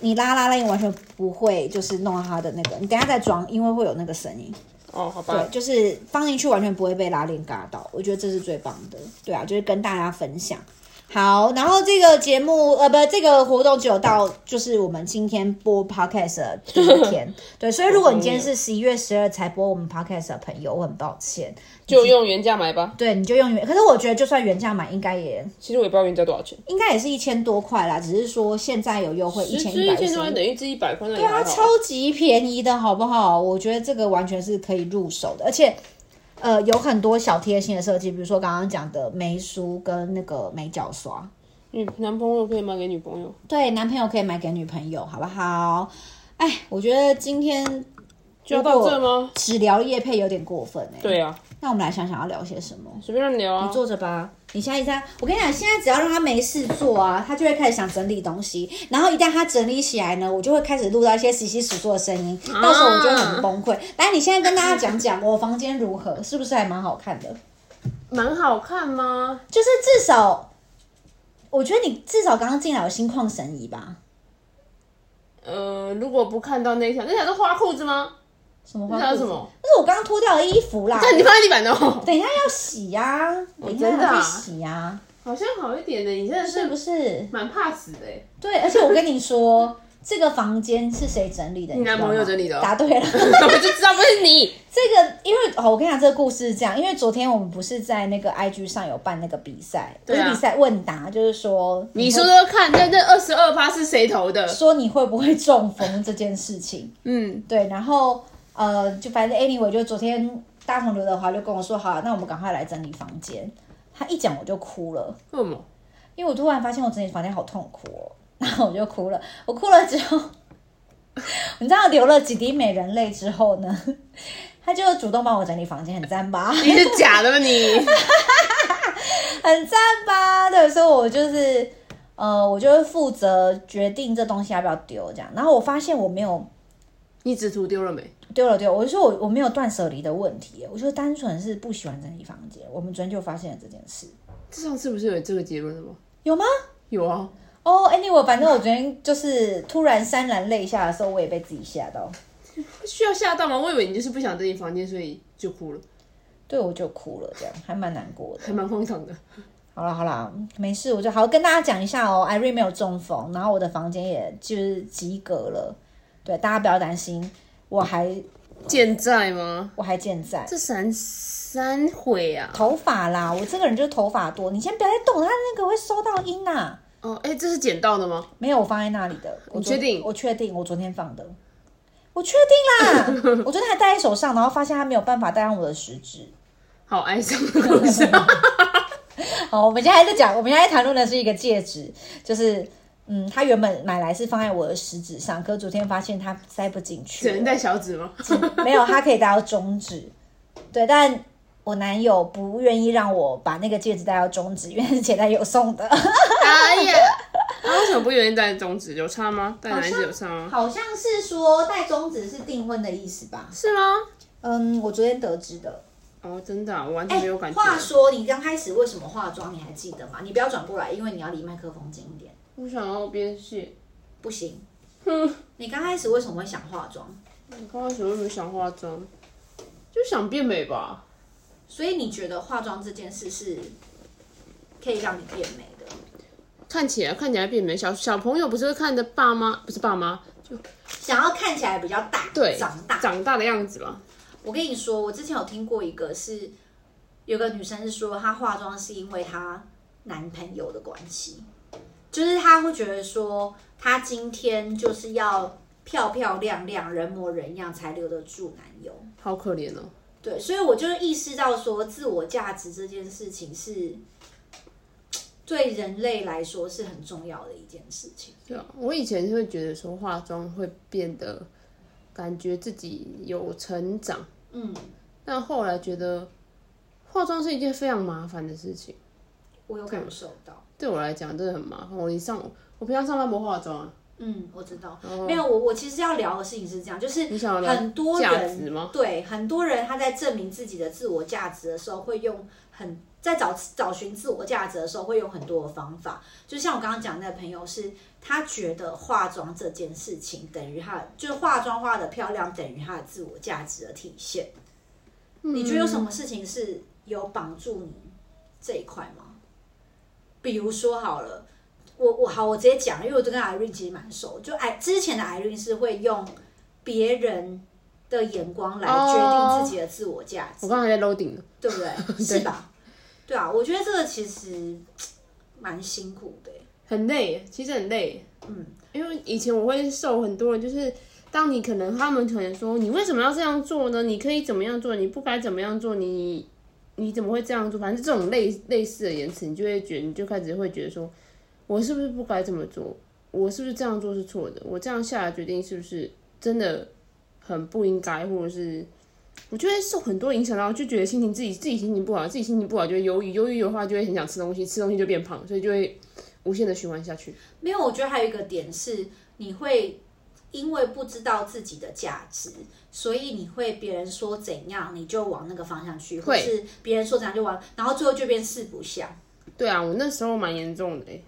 你拉拉拉，你完全不会就是弄到它的那个。你等一下再装，因为会有那个声音。
哦，好
对，
吧，
就是放进去完全不会被拉链嘎到，我觉得这是最棒的。对啊，就是跟大家分享。好，然后这个节目呃不，这个活动只有到就是我们今天播 podcast 的第一 天，对，所以如果你今天是十一月十二才播我们 podcast 的朋友，我很抱歉，
就用原价买吧。
对，你就用原，可是我觉得就算原价买，应该也
其实我也不知道原价多少钱，
应该也是一千多块啦，只是说现在有优惠一
十
千
支
一百
一千多块等于一支一百块，那也
对啊，
还好
超级便宜的好不好？我觉得这个完全是可以入手的，而且呃有很多小贴心的设计，比如说刚刚讲的眉梳跟那个眉角刷。
女男朋友可以买给女朋友，
对，男朋友可以买给女朋友，好不好？哎，我觉得今天
就要到这吗？
只聊叶配有点过分哎、
对啊，
那我们来想想要聊些什么。
随便乱聊啊
你。坐着吧，你现在一在，我跟你讲，现在只要让他没事做啊，他就会开始想整理东西。然后一旦他整理起来呢，我就会开始录到一些稀稀疏疏的声音，
啊
到时候我就会很崩溃。来，你现在跟大家讲讲我房间如何，是不是还蛮好看的？
蛮好看吗？
就是至少，我觉得你至少刚刚进来有心旷神怡吧？
呃，如果不看到那条，那条是花裤子吗？
什么花裤
那条是
子
什？么？
那是是我刚刚脱掉的衣服啦。
但你放在地板哦，
等一下要洗呀、等一下
真的啊
要去洗呀、
好像好一点呢。你真的
是
是
不是？
蛮怕死的欸，
对，而且我跟你说， 这个房间是谁整理的？你
男
知道
朋友
吗
整理的哦
答对了。
我就知道不是你。
这个，因为哦，我跟你讲，这个故事是这样，因为昨天我们不是在那个 IG 上有办那个比赛，
对啊
不是比赛问答，就是说
你说说看，那那二十二趴是谁投的？
说你会不会中风这件事情，
嗯，
对，然后呃，就反正 anyway，就昨天大同刘德华就跟我说，好、啊那我们赶快来整理房间。他一讲我就哭了，
为什么？
因为我突然发现我整理房间好痛苦哦，然后我就哭了。我哭了之后， 你知道流了几滴美人泪之后呢， 他就主动帮我整理房间，很赞吧？
你是假的吧你？
很赞吧？对，所以我就是，呃，我就会负责决定这东西要不要丢这样。然后我发现我没有
你纸图丢了没？
丢了丢，我就说我我没有断舍离的问题，我就单纯是不喜欢整理房间。我们昨天就发现了这件事，
这上次不是有这个结论的吗？
有吗？
有啊，
哦、a n y w a y 反正我昨天就是突然潸然泪下的时候，我也被自己吓到，
需要吓到吗？我以为你就是不想整理房间，所以就哭了，
对我就哭了，这样还蛮难过的。
还蛮荒唐的。
好了好了，没事，我就好跟大家讲一下哦，Irene 没有中风，然后我的房间也就是及格了，对，大家不要担心，我还
健在吗？
我还健在。
这三三回啊！
头发啦，我这个人就是头发多，你先不要再动，它那个会收到音呐、
哦，哎、这是捡到的吗？
没有，我放在那里的。我
你
昨
确定
我确定，我昨天放的。我确定 啦，我昨天还戴在手上，然后发现它没有办法戴上我的食指。
好哀伤的故 事啊。
好，我们现在在讲，我们现在谈论的是一个戒指，就是嗯，它原本买来是放在我的食指上，可是昨天发现它塞不进去
只
了，
能戴小指吗？
没有，它可以戴到中指。对，但我男友不愿意让我把那个戒指戴到中指，因为是前男友送的。
哎呀， 他为什么不愿意戴中指？有差吗？戴哪一只有差吗？
好像是说戴中指是订婚的意思吧？
是吗？
嗯，我昨天得知的。
哦，真的啊、我完全没有感觉。
哎话说，你刚开始为什么化妆？你还记得吗？你不要转过来，因为你要离麦克风近一点。
我想要边谢。
不行，
哼，
你刚开始为什么会想化妆？
你刚开始为什么想化妆？就想变美吧。
所以你觉得化妆这件事是可以让你变美的？
看起来看起来变美，小小朋友不是会看着爸妈，不是爸妈，
想要看起来比较大，
对，
长大。
长大的样子吧。
我跟你说，我之前有听过一个是，有个女生是说她化妆是因为她男朋友的关系，就是她会觉得说她今天就是要漂漂亮亮、人模人样才留得住男友。
好可怜哦。
对，所以我就是意识到说，自我价值这件事情是对人类来说是很重要的一件事情。
对啊，我以前会觉得说化妆会变得感觉自己有成长，
嗯，
但后来觉得化妆是一件非常麻烦的事情。
我有感受到。
对我来讲真的很麻烦。我一上我平常上班不化妆啊，
嗯，我知道。没有，我我其实要聊的事情是这样，就是
哦你想要聊
很多
价值
人
吗
对很多人他在证明自己的自我价值的时候，会用很在找找寻自我价值的时候，会用很多的方法。就像我刚刚讲的那个朋友是，他觉得化妆这件事情等于他就是化妆化的漂亮等于他的自我价值的体现。
嗯
你觉得有什么事情是有绑住你这一块吗？比如说好了，我我好，我直接讲，因为我就跟 Irene 其实蛮熟，就哎之前的 Irene 是会用别人的眼光来决定自己的自我价值
我刚才在 loading 呢。
对不对？是吧？对啊，我觉得这个其实蛮辛苦的欸。
很累，其实很累。
嗯，
因为以前我会受很多人，就是当你可能他们可能说你为什么要这样做呢？你可以怎么样做？你不该怎么样做？你你怎么会这样做？反正这种类类似的言辞，你就会觉得你就开始会觉得说，我是不是不该这么做？我是不是这样做是错的？我这样下的决定是不是真的很不应该？或者是我就会受很多影响，然后就觉得心情自己自己心情不好，自己心情不好就会忧郁，忧郁的话就会很想吃东西，吃东西就变胖，所以就会无限的循环下去。
没有，我觉得还有一个点是，你会因为不知道自己的价值，所以你会别人说怎样，你就往那个方向去，或
会
是别人说怎样就往，然后最后就变四不像。
对啊，我那时候蛮严重的、欸，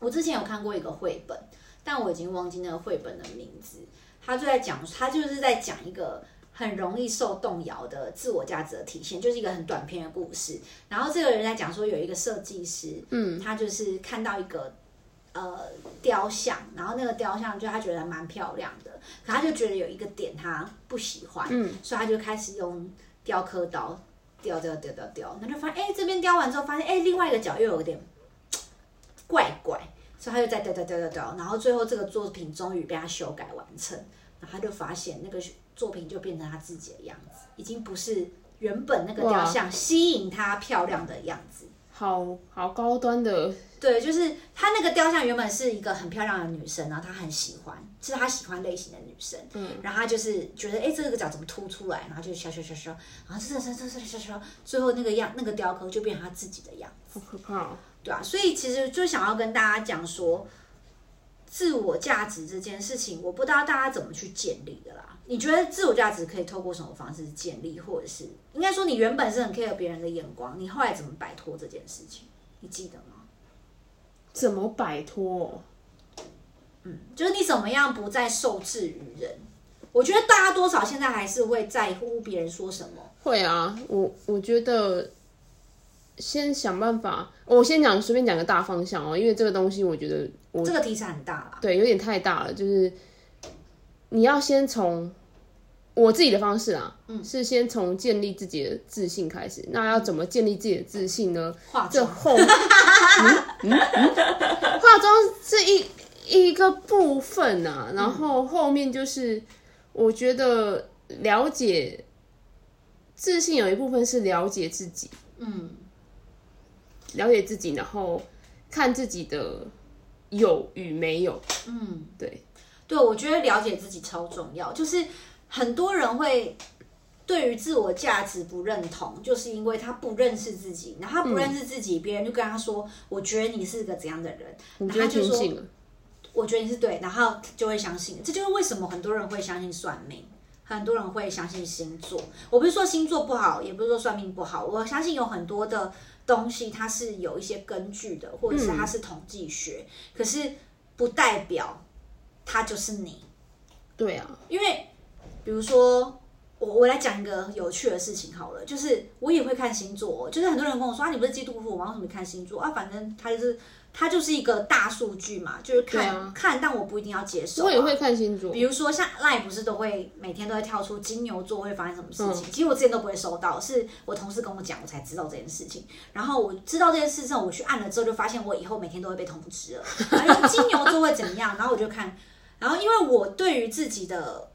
我之前有看过一个绘本，但我已经忘记那个绘本的名字。他就在讲，他就是在讲一个很容易受动摇的自我价值的体现，就是一个很短篇的故事。然后这个人在讲说，有一个设计师，嗯，他就是看到一个呃雕像，然后那个雕像就他觉得蛮漂亮的，可他就觉得有一个点他不喜欢，嗯，所以他就开始用雕刻刀雕雕雕雕雕，那就发现哎、这边雕完之后发现哎、另外一个角又有点怪怪，所以他就再雕雕雕雕雕，然后最后这个作品终于被他修改完成，然后他就发现那个作品就变成他自己的样子，已经不是原本那个雕
哇
像吸引他漂亮的样子。
好好高端的，
对，就是她那个雕像原本是一个很漂亮的女生，然后她很喜欢，是她喜欢类型的女生。嗯，然后她就是觉得，哎，这个角怎么凸出来？然后就削削削削，然后削削削削削削，最后那个样那个雕刻就变成她自己的样子。
好可怕哦！
对啊，所以其实就想要跟大家讲说，自我价值这件事情，我不知道大家怎么去建立的啦。你觉得自我价值可以透过什么方式建立，或者是应该说你原本是很 care 别人的眼光，你后来怎么摆脱这件事情？你记得吗？
怎么摆脱哦？
就是你怎么样不再受制于人。我觉得大家多少现在还是会在乎别人说什么，
会啊，我我觉得先想办法。我先讲随便讲个大方向哦，因为这个东西我觉得我
这个题材很大啦。
对有点太大了，就是你要先从我自己的方式啊，嗯，是先从建立自己的自信开始。那要怎么建立自己的自信呢？
化
这
妆，
后，嗯嗯嗯，化妆是一一个部分
嗯
啊，然后后面就是我觉得了解自信有一部分是了解自己，
嗯，
了解自己，然后看自己的有与没有，嗯，对，
对，我觉得了解自己超重要。就是很多人会对于自我价值不认同，就是因为他不认识自己，然后他不认识自己，别人就跟他说：“我觉得你是个怎样的人。”
嗯你
然
觉
后他就
得挺
说
近了，：“
我觉得你是对。”然后就会相信。这就是为什么很多人会相信算命。很多人会相信星座，我不是说星座不好，也不是说算命不好，我相信有很多的东西它是有一些根据的，或者是它是统计学，可是不代表它就是你，
对啊，
因为比如说我我来讲一个有趣的事情好了，就是我也会看星座哦、就是很多人跟我说啊，你不是基督徒吗？为什么你看星座啊？反正它就是它就是一个大数据嘛，就是看、
对啊
看，但我不一定要接受、啊。
我也会看星座
比，如说像赖不是都会每天都会跳出金牛座会发生什么事
嗯
情，其实我之前都不会收到，是我同事跟我讲，我才知道这件事情。然后我知道这件事之后，我去按了之后，就发现我以后每天都会被通知了，然后金牛座会怎样？然后我就看，然后因为我对于自己的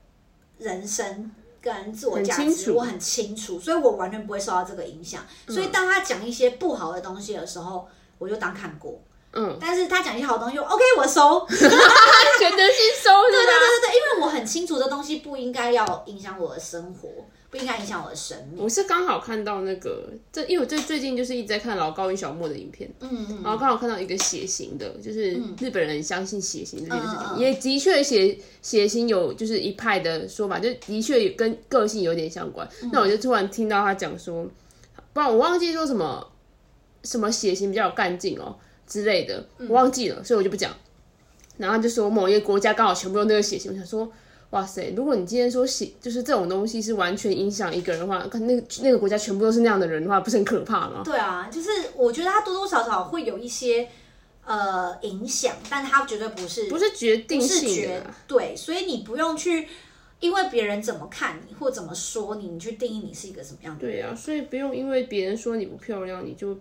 人生。跟自我价
很清
值，
楚嗯
我很清楚，所以我完全不会受到这个影响。所以当他讲一些不好的东西的时候，我就当看过。
嗯，
但是他讲一些好东西我，OK，我收，
全德吸收
对对
的，
对对对，因为我很清楚这东西不应该要影响我的生活，不应该影响我的生命。
我是刚好看到那个，这因为我最最近就是一直在看老高与小莫的影片，
嗯嗯，
然后刚好看到一个血型的，就是日本人相信血型这件事情，
嗯嗯嗯
也的确血血型有就是一派的说法，就的确跟个性有点相关。
嗯
那我就突然听到他讲说，不然我忘记说什么什么血型比较有干劲哦之类的，
嗯
我忘记了，所以我就不讲。然后他就说某一个国家刚好全部都那个血型，我想说。哇塞！如果你今天说血，就是这种东西是完全影响一个人的话，看那个那个国家全部都是那样的人的话，不是很可怕吗？
对啊，就是我觉得他多多少少会有一些呃影响，但他绝对不是
不是决定
不是
性啊的
绝
啦，
对，所以你不用去因为别人怎么看你或怎么说你，你去定义你是一个什么样的人。
对呀、所以不用因为别人说你不漂亮，你就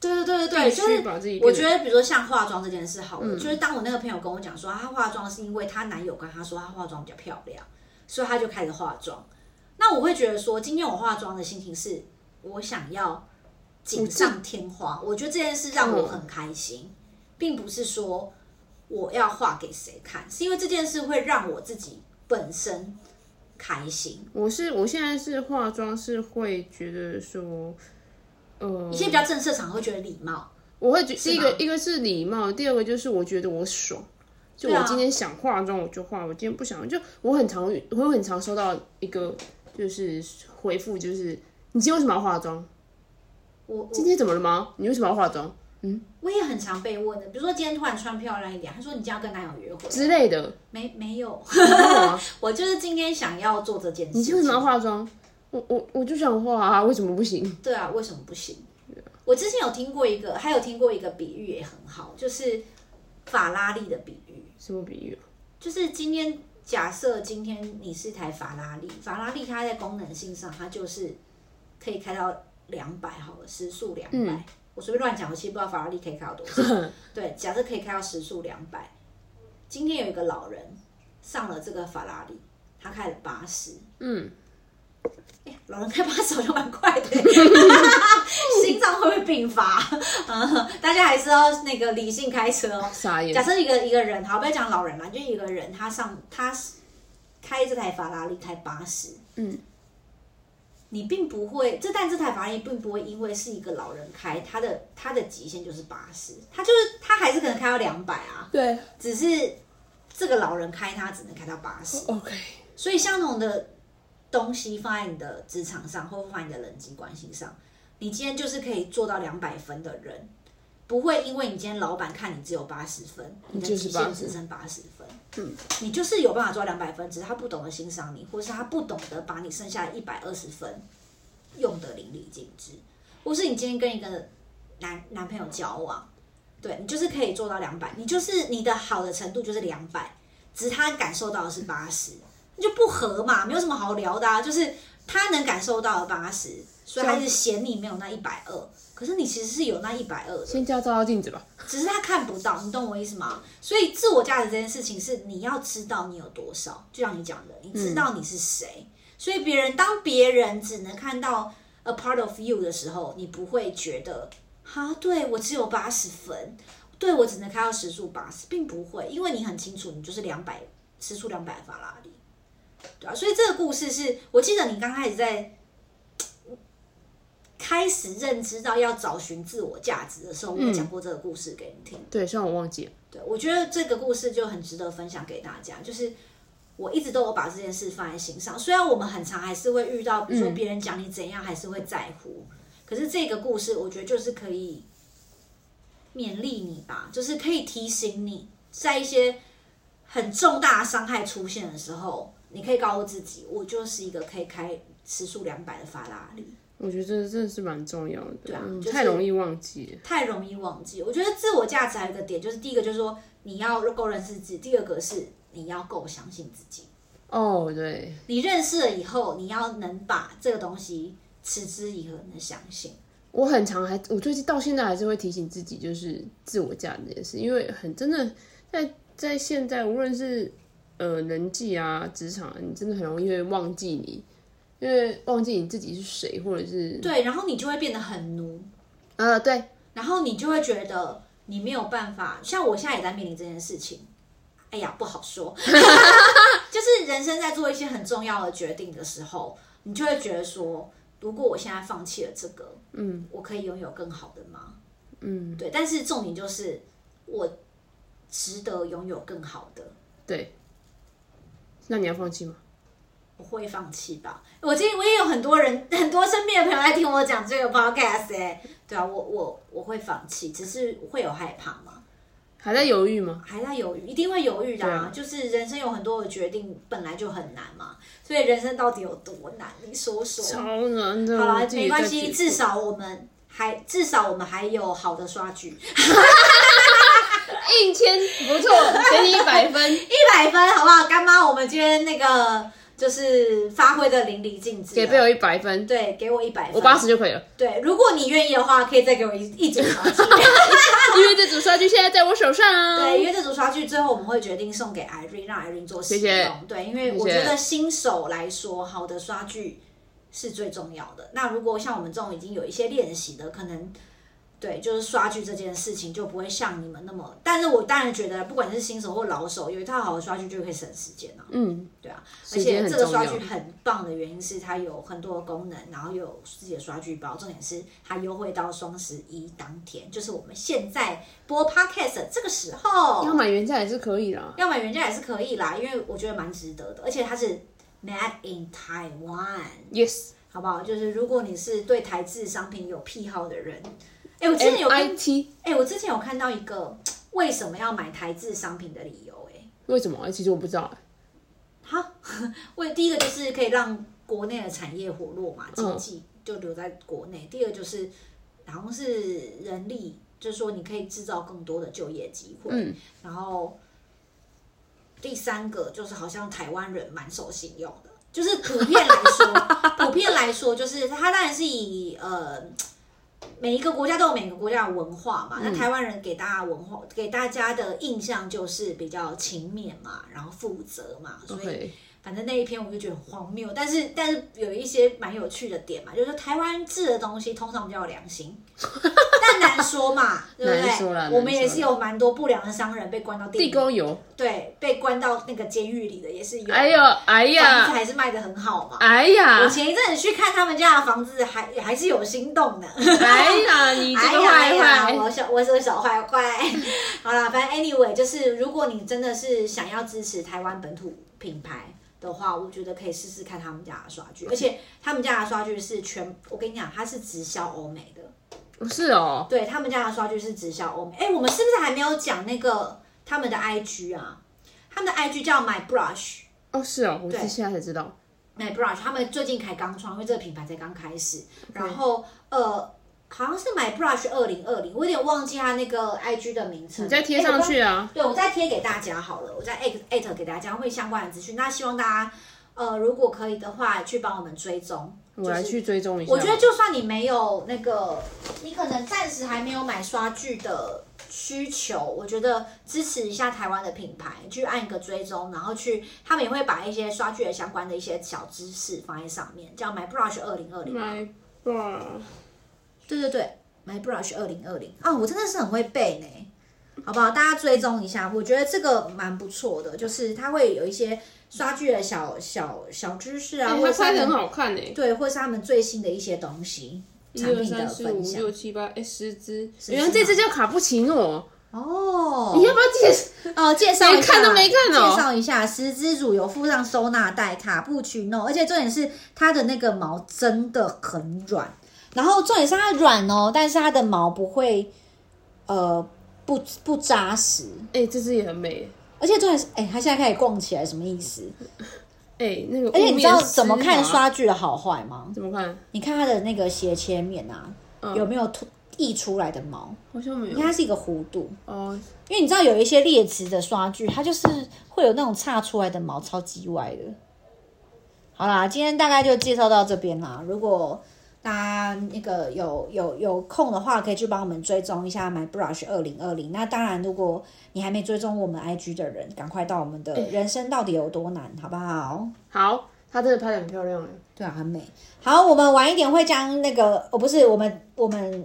对对对对
必
对，就是
须把自己
我
变
觉得，比如说像化妆这件事好了，就是当我那个朋友跟我讲说，她化妆是因为她男友跟她说她化妆比较漂亮，所以她就开始化妆。那我会觉得说，今天我化妆的心情是我想要锦上添花，我觉得这件事让我很开心，并不是说我要画给谁看，是因为这件事会让我自己本身开心。
我是我现在是化妆是会觉得说，呃
一，些比较正式的场合会觉得礼貌，
我会觉第一
吗
个一个是礼貌，第二个就是我觉得我爽。就
对啊
我今天想化妆我就化，我今天不想就我很常遇我很常收到一个就是回复就是你今天为什么要化妆？
我我
今天怎么了吗？你为什么要化妆？
嗯，我也很常被问的，比如说今天突然穿漂亮一点，他说你今天要跟男友约会，
之 类的。
没没有，
你知道吗
我就是今天想要做这件事情。
你为什么要化妆？我我我就想化啊，为什么不行？
对啊，为什么不行？我之前有听过一个，还有听过一个比喻也很好，就是法拉利的比喻，
什么比喻？
就是今天假设今天你是台法拉利，法拉利它在功能性上它就是可以开到两百好了，时速两百、
嗯
我随便乱讲，我其实不知道法拉利可以开到多少。对，假设可以开到时速两百。今天有一个老人上了这个法拉利，他开了八十。
嗯，
哎呀，老人开八十好像蛮快的，心脏会不会病发？ 嗯，大家还是要那个理性开车哦。
傻眼
假。设一个一个人，好，不要讲老人啦，就一个人，他上他开这台法拉利开八十，
嗯，
你并不会，这但这台法拉利并不会因为是一个老人开，他的他的极限就是八十，他就是他还是可能开到两百啊，
对
只是这个老人开他只能开到八十，
，OK，
所以相同的东西放在你的职场上，或放在你的人际关系上，你今天就是可以做到两百分的人，不会因为你今天老板看你只有八十分，你的
就是
极限
80
只剩八十分，嗯，你就是有办法做到两百分，只是他不懂得欣赏你，或是他不懂得把你剩下的一百二十分用得淋漓尽致，或是你今天跟一个男男朋友交往。对你就是可以做到两百，你就是你的好的程度就是两百，只是他感受到的是八十，那就不合嘛，没有什么好聊的、啊。就是他能感受到的八十，所以他就嫌你没有那一百二。可是你其实是有那一百二的，
先叫照照镜子吧。
只是他看不到，你懂我意思吗？所以自我价值这件事情是你要知道你有多少，就像你讲的，你知道你是谁。所以别人当别人只能看到 a part of you 的时候，你不会觉得哈，对我只有八十分，对我只能开到时速八十，并不会，因为你很清楚，你就是两百时速两百法拉利，对啊，所以这个故事是我记得你刚开始在开始认知到要找寻自我价值的时候，我有讲过这个故事给你听。
对，虽然我忘记了。
对，我觉得这个故事就很值得分享给大家，就是。我一直都有把这件事放在心上，虽然我们很常还是会遇到，比如说别人讲你怎样，还是会在乎。可是这个故事，我觉得就是可以勉励你吧，就是可以提醒你，在一些很重大伤害出现的时候，你可以告诉自己，我就是一个可以开时速两百的法拉利。
我觉得这真的是蛮重要的，
对啊
嗯
就是
太容易忘记了。
太容易忘记。我觉得自我价值还有一个点，就是第一个就是说你要够认识自己，第二个是你要够相信自己。
哦，对，
你认识了以后，你要能把这个东西持之以恒的相信。
我很常还，我最近到现在还是会提醒自己，就是自我价值这件事，因为很真的在在现在，无论是呃人际啊、职场啊，你真的很容易会忘记你，因为忘记你自己是谁，或者是
对，然后你就会变得很奴，
呃对，
然后你就会觉得你没有办法。像我现在也在面临这件事情，哎呀，不好说。 就是人生在做一些很重要的决定的时候，你就会觉得说，如果我现在放弃了这个，嗯，我可以拥有更好的吗？嗯，对。但是重点就是，我值得拥有更好的。
那你要放弃吗？
我会放弃吧。我今我也有很多人，很多身边的朋友在听我讲这个 podcast 哎、对啊，我我我会放弃，只是会有害怕嘛，
还在犹豫吗？
还在犹豫，一定会犹豫的啊。就是人生有很多的决定本来就很难嘛，所以人生到底有多难？你说说。
超难的，
好啦
我，自己
没关
在
系，
举
至少我们还至少我们还有好的刷剧，
硬签不 错，给你一百分。
一百分好不好？干妈，我们今天那个就是发挥的淋漓尽致了，啊
给贝尔一百分，
对，给我一百分，
我八十就可以了，
对，如果你愿意的话，可以再给我一一组刷剧。
因为这组刷剧现在在我手上啊。
对，因为这组刷剧最后我们会决定送给 Irene，让 Irene 做使用。
谢谢
对，因为我
谢谢
觉得新手来说，好的刷剧是最重要的。那如果像我们这种已经有一些练习的，可能对，就是刷剧这件事情就不会像你们那么。但是我当然觉得，不管是新手或老手，有一套好的刷剧就可以省时间啊。
嗯，
对啊，而
时间
且
很
这个
重
刷
要
剧。很棒的原因是它有很多的功能，然后又有自己的刷剧包，重点是它优惠到双十一当天，就是我们现在播 podcast 的这个时候
要，买原价也是可以啦。
要买原价也是可以啦，因为我觉得蛮值得的，而且它是 Made in Taiwan，
Yes，
好不好？就是如果你是对台制商品有癖好的人，哎、我之前有看，哎、
IT
我之前有看到一个为什么要买台制商品的理由、哎，
为什么？其实我不知道、
好，为第一个就是可以让国内的产业活络嘛，经济就留在国内；第二就是好像是人力，就是说你可以制造更多的就业机会。
嗯
然后第三个就是好像台湾人蛮守信用的，就是普遍来说，普遍来说就是他当然是以呃。每一个国家都有每个国家的文化嘛，那台湾人给大家文化给大家的印象就是比较勤勉嘛，然后负责嘛，所以
，OK，
反正那一篇我就觉得很荒谬，但是但是有一些蛮有趣的点嘛，就是台湾制的东西通常比较有良心， 但难说 嘛，对不
难说啦
对？我们也
难
是
说啦
有蛮多不良的商人被关到地
地沟油，
对，被关到那个监狱里的也是有。
哎呦，哎
房子
呀，
还是卖的很好嘛。
哎
我
呀，
前一阵子去看他们家的房子还，还是有心动的。
哎呀，你这个
哎呀哎
坏
呀
坏，
我小我是个小坏 坏。好啦，反正 anyway，就是如果你真的是想要支持台湾本土品牌的话，我觉得可以试试看他们家的刷
嗯
具，而且他们家的刷具是全，我跟你讲，它是直销欧美的，
是哦，
对他们家的刷具是直销欧美。哎、我们是不是还没有讲那个他们的 IG 啊？他们的 IG 叫 My Brush。
哦是哦，我是
对
现在才知道，
My Brush，他们最近才刚创，因为这个品牌才刚开始。然后呃，好像是 My Brush 二零二零，我有点忘记它那个 IG 的名称。
你再贴上
哎。
去啊，
我对，我再贴给大家好了，我再艾艾特给大家会相关的资讯。那希望大家呃，如果可以的话，去帮我们追踪。
我来去追踪一下，
我觉得就算你没有那个，你可能暂时还没有买刷具的需求，我觉得支持一下台湾的品牌，去按一个追踪，然后去他们也会把一些刷具的相关的一些小知识放在上面，叫 My Brush 二零二零。
买
啊
吧，
对对对，My Brush 二零二零啊，我真的是很会背呢，好不好？大家追踪一下，我觉得这个蛮不错的，就是它会有一些刷具的小小小知识啊，
哎
或者
它
是他
拍的很
们
好看诶。
对，或者是他们最新的一些东西。
一
产
二
品的
三四五
分享
六七八，哎，十只。
只
原来这只叫卡布奇诺，
哦，
你要不要解释？
哦，介绍一下
没看都没看哦
介绍一下，十之组有附上收纳袋、卡布奇诺，而且重点是它的那个毛真的很软，然后重点是它软哦，但是它的毛不会，呃，不不扎实，
哎、这只也很美。
而且重点是，哎、它现在开始逛起来什么意思？
哎、那个雾
而且
面
你
丝
知
滑，
道怎么看刷具的好坏吗？
怎么看？
你看它的那个斜切面啊，
嗯
有没有凸溢出来的毛？
好像没
你
有
看它是一个弧度，
哦。
因为你知道有一些劣质的刷具，它就是会有那种岔出来的毛，超级歪的。好啦，今天大概就介绍到这边啦。如果大家那个有有有空的话，可以去帮我们追踪一下 My Brush 二零二零。那当然，如果你还没追踪我们 IG 的人，赶快到我们的人生到底有多难，好不好？
好，它真的拍的很漂亮哎。
对啊，很美。好，我们晚一点会将那个哦，不是我们我们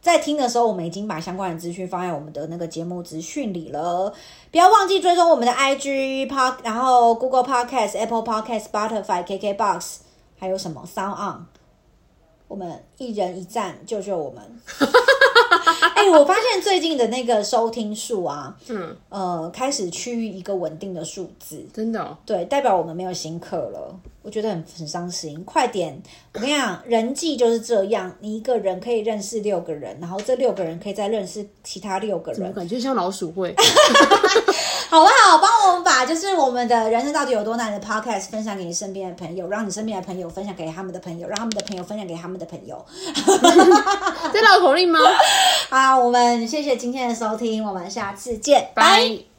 在听的时候，我们已经把相关的资讯放在我们的那个节目资讯里了。不要忘记追踪我们的 IG Pod，然后 Google Podcast、Apple Podcast、Spotify、KKBox，还有什么 Sound On。我们一人一赞，救救我们！哎、我发现最近的那个收听数啊，
嗯，
呃，开始趋于一个稳定的数字。
真的、哦。
对，代表我们没有新客了，我觉得很很伤心。快点，我跟你讲，人际就是这样，你一个人可以认识六个人，然后这六个人可以再认识其他六个
怎么
人，
感觉像老 鼠会？
好不好？帮我们把就是我们的人生到底有多难的 podcast 分享给你身边的朋友，让你身边的朋友分享给他们的朋友，让他们的朋友分享给他们的朋友。
在绕口令吗？
好，我们谢谢今天的收听，我们下次见，拜。
拜。